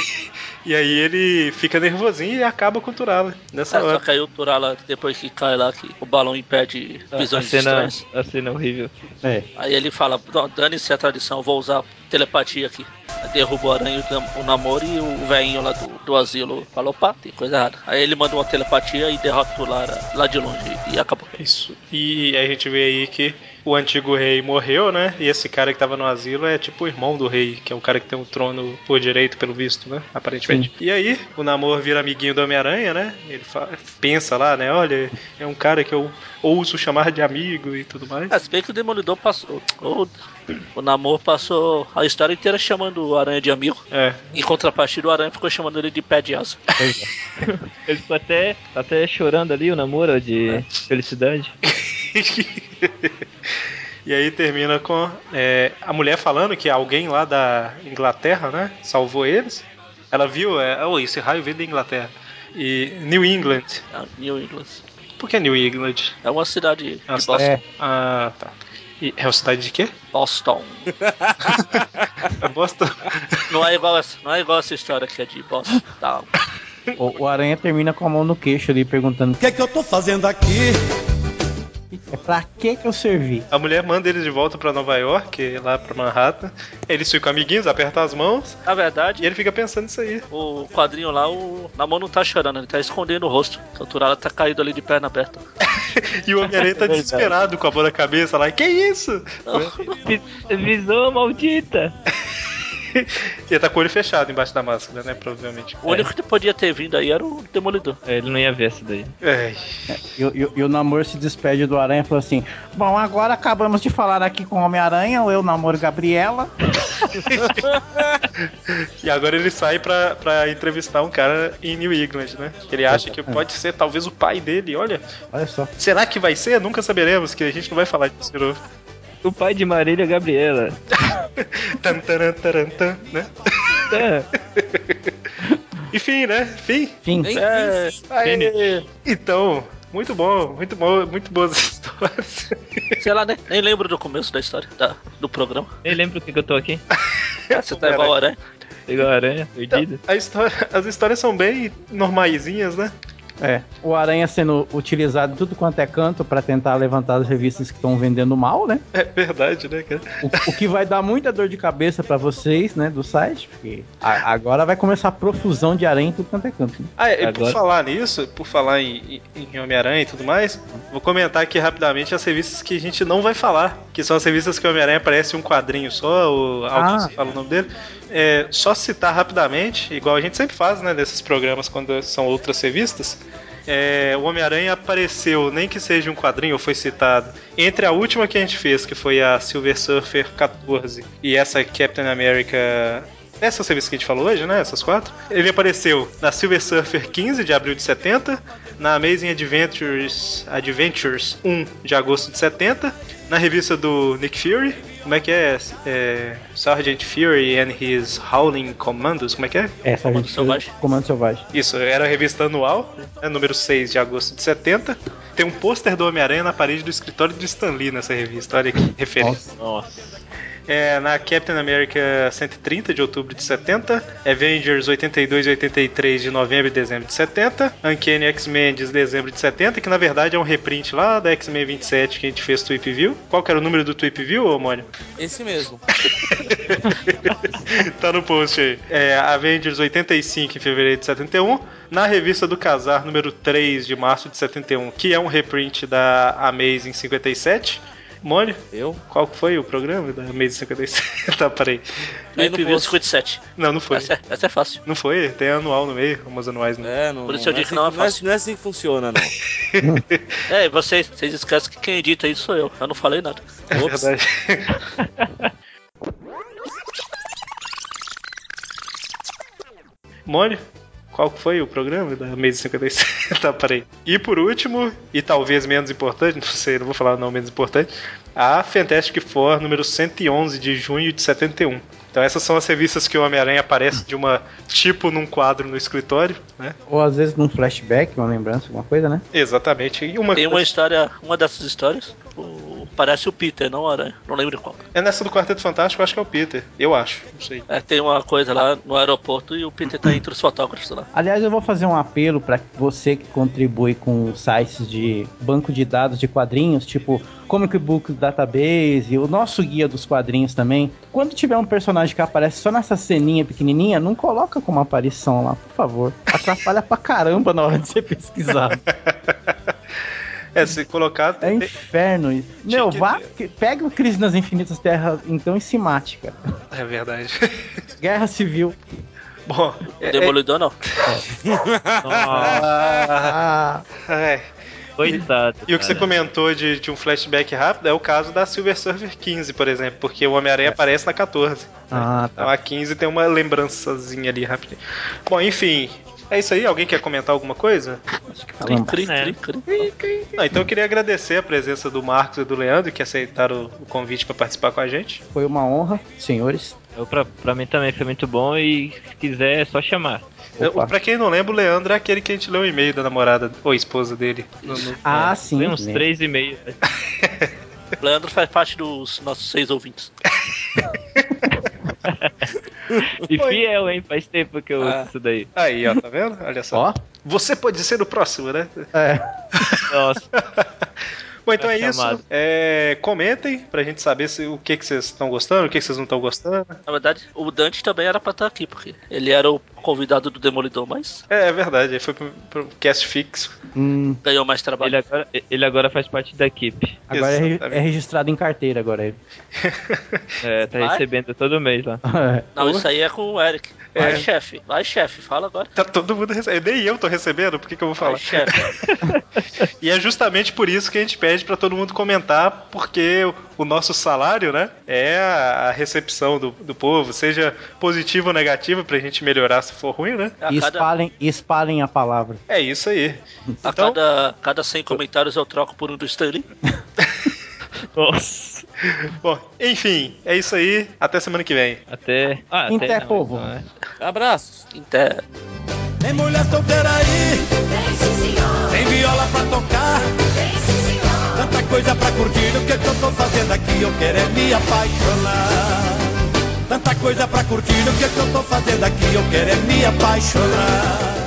e aí ele fica nervosinho e acaba com o Turala nessa É, só hora. que aí o Turala, depois que cai lá, que o balão impede A visões cena, estranhas. a cena horrível. É. Aí ele fala, "Não, dane-se a tradição, eu vou usar telepatia aqui. Aí Derruba o aranha, o Nam- o namoro e o velhinho lá do, do asilo falou, opa, tem coisa errada. Aí ele manda É uma telepatia e derrota o Lara lá de longe e acabou. Isso. E aí a gente vê aí que o antigo rei morreu, né? E esse cara que tava no asilo é tipo o irmão do rei, que é um cara que tem um trono por direito, pelo visto, né? Aparentemente. E aí, o Namor vira amiguinho do Homem-Aranha, né? Ele fa- pensa lá, né? Olha, é um cara que eu ouso chamar de amigo e tudo mais. É, se bem que o Demolidor passou. O, o Namor passou a história inteira chamando o Aranha de amigo. É. Em contrapartida, o Aranha ficou chamando ele de pé de asa. Ele ficou até, tá até chorando ali, o namoro de felicidade. E aí termina com é, a mulher falando que alguém lá da Inglaterra, né, salvou eles. Ela viu, é, oh, esse raio veio da Inglaterra. E New England. Ah, New England. Por que New England? É uma cidade É uma de cidade- Boston. É. Ah, tá. E é uma cidade de quê? Boston. É Boston. Não é igual essa, não é igual essa história que é de Boston. Tá. O, o Aranha termina com a mão no queixo ali, perguntando: O que é que eu tô fazendo aqui? É pra que que eu servi? A mulher manda eles de volta pra Nova York, lá pra Manhattan. Eles ficam amiguinhos, apertam as mãos. Na E verdade, ele fica pensando nisso aí. o quadrinho lá, o Namor não tá chorando, ele tá escondendo o rosto. O Turala tá caído ali de perna aberta. E o Homem-Aranha tá desesperado com a mão na cabeça lá. Que isso? Vi- Visão maldita! E ele tá com o olho fechado embaixo da máscara, né? Provavelmente. O único que podia ter vindo aí era o Demolidor. É, Ele não ia ver essa daí. Ai. E, o- e o- e o Namor se despede do Aranha e fala assim: Bom, agora acabamos de falar aqui com o Homem-Aranha, eu, Namor Gabriela. E agora ele sai pra, pra entrevistar um cara em New England, né? Ele acha que pode ser talvez o pai dele, olha. Olha só. Será que vai ser? Nunca saberemos, que a gente não vai falar disso de novo. O pai de Marília Gabriela. Tan, taran, taran, tan, né? É, Enfim, né? Fim. Fim. É, Finish. aí. Então, muito bom, muito bom, muito boas histórias. Sei lá, né? Nem lembro do começo da história, da- do programa. nem lembro o que, que eu tô aqui. É, Você tá igual o Aranha. Igual a aranha, Então, perdida. a história- as histórias são bem normaisinhas, né? É. O Aranha sendo utilizado em tudo quanto é canto pra tentar levantar as revistas que estão vendendo mal, né? É verdade, né, cara? O, o que vai dar muita dor de cabeça pra vocês, né, do site, porque a- agora vai começar a profusão de aranha em tudo quanto é canto. né? Ah, e por Agora- falar nisso, por falar em, em- em Homem-Aranha e tudo mais, vou comentar aqui rapidamente as revistas que a gente não vai falar, que são as revistas que o Homem-Aranha aparece em um quadrinho só, ou alguém Ah. se fala o nome dele. É, só citar rapidamente, igual a gente sempre faz, né, nesses programas quando são outras revistas. é, o Homem-Aranha apareceu, nem que seja um quadrinho, ou foi citado, entre a última que a gente fez, que foi a Silver Surfer 14, e essa Captain America essa serviço que a gente falou hoje, né? Essas quatro. Ele apareceu na Silver Surfer 15 de abril de 70, na Amazing Adventures, Adventures 1 de agosto de 70, na revista do Nick Fury. Como é que é? é Sergeant Fury and His Howling Commandos? Como é que é? Essa Comando revista- Selvagem. Comando Selvagem. Isso, era a revista anual, né, número 6 de agosto de 70. Tem um pôster do Homem-Aranha na parede do escritório de Stan Lee nessa revista. Olha que referência. Nossa. É, na Captain America 130 de outubro de 70, Avengers 82 e 83 de novembro e dezembro de 70, Uncanny X-Men de dezembro de 70, que na verdade é um reprint lá da X-Men 27 que a gente fez Tweep View. Qual que era o número do Tweep View, ô, Mônio? Esse mesmo. tá no post aí. É, Avengers 85 em fevereiro de 71, na revista do Casar número 3 de março de 71, que é um reprint da Amazing 57. Mônio, Eu? qual que foi o programa da Amazing 57? tá, peraí. Aí no Entendeu? posto 57. Não, não foi. Essa, essa é fácil. Não foi? Tem anual no meio, umas anuais né? no meio. É, não. Por isso eu não é digo assim- que não é é- fácil. não é assim que funciona, não. É, e vocês, vocês esquecem que quem edita isso sou eu. Eu não falei nada. É Ops. Mônio, qual que foi o programa da Mesa 57? tá, peraí. E por último, e talvez menos importante, não sei, não vou falar não menos importante, a Fantastic Four número 111 de junho de 71. Então essas são as revistas que o Homem-Aranha aparece de uma tipo num quadro no escritório, né? Ou às vezes num flashback, uma lembrança, alguma coisa, né? Exatamente. E uma Tem uma coisa- história, uma dessas histórias, o- parece o Peter, não o Aranha. Não lembro qual. é nessa do Quarteto Fantástico, eu acho que é o Peter. Eu acho, não sei. É, tem uma coisa lá no aeroporto e o Peter tá entre os fotógrafos lá. Aliás, eu vou fazer um apelo para você que contribui com sites de banco de dados de quadrinhos, tipo Comic Book Database, o nosso guia dos quadrinhos também. Quando tiver um personagem que aparece só nessa ceninha pequenininha, não coloca como aparição lá, por favor. Atrapalha pra caramba na hora de você pesquisar. É, se colocar. É tem- inferno isso. Meu, que- vá, que- pega o Crise nas Infinitas Terras, então, e se mate, cara. É verdade. Guerra Civil. Bom, é- Demolidor não. Nossa, Ah, é, coitado. Então, E o que você É. cara. comentou de, de um flashback rápido é o caso da Silver Surfer 15, por exemplo, porque o Homem-Aranha aparece na 14. ah Então É. tá. a 15 tem uma lembrançazinha ali rapidinho. Bom, enfim. É isso aí? Alguém quer comentar alguma coisa? Cri, cri, cri, cri. Não, então eu queria agradecer a presença do Marcos e do Leandro que aceitaram o convite para participar com a gente. Foi uma honra, senhores. Eu, pra, pra mim também foi muito bom e se quiser é só chamar. Opa. Para quem não lembra, o Leandro é aquele que a gente leu o e-mail da namorada ou esposa dele. No- no- Ah, sim. Foi uns né? três e meio. né? Leandro faz parte dos nossos seis ouvintes. E fiel, é hein? Faz tempo que eu Ah. ouço isso daí. Aí, ó, tá vendo? Olha só. Ó, Você pode ser o próximo, né? é. Nossa, Bom, então Tá é isso. chamado. É, comentem pra gente saber se, o que, que vocês estão gostando, o que, que vocês não estão gostando. Na verdade, o Dante também era pra estar aqui, porque ele era o convidado do Demolidor, mas É, é verdade, foi pro, pro cast fixo. Hum, ganhou mais trabalho. ele agora, ele agora faz parte da equipe. agora é, re- Exatamente. é registrado em carteira agora. ele. É, tá Vai? recebendo todo mês lá. Não, isso aí é com o Eric. Vai, chefe. Vai, chefe. Fala agora. Tá todo mundo recebendo. Nem eu tô recebendo, por que, que eu vou Vai, falar? chefe. E é justamente por isso que a gente pede pra todo mundo comentar, porque o- o nosso salário, né, é a a recepção do, do povo, seja positivo ou negativo, pra gente melhorar se for ruim, né? A e cada, espalhem, e espalhem a palavra. É isso aí. a Então- cada, cada 100 comentários eu troco por um do Stanley. Nossa. Bom, enfim, é isso aí. Até semana que vem. Até. Ah, Até, não, povo. então, é. Abraços. Até. Tem mulher solteira aí, tem viola pra tocar, tanta coisa pra curtir. O que, que eu tô fazendo aqui? Eu quero é me apaixonar. Tanta coisa pra curtir. O que, que eu tô fazendo aqui? Eu quero é me apaixonar.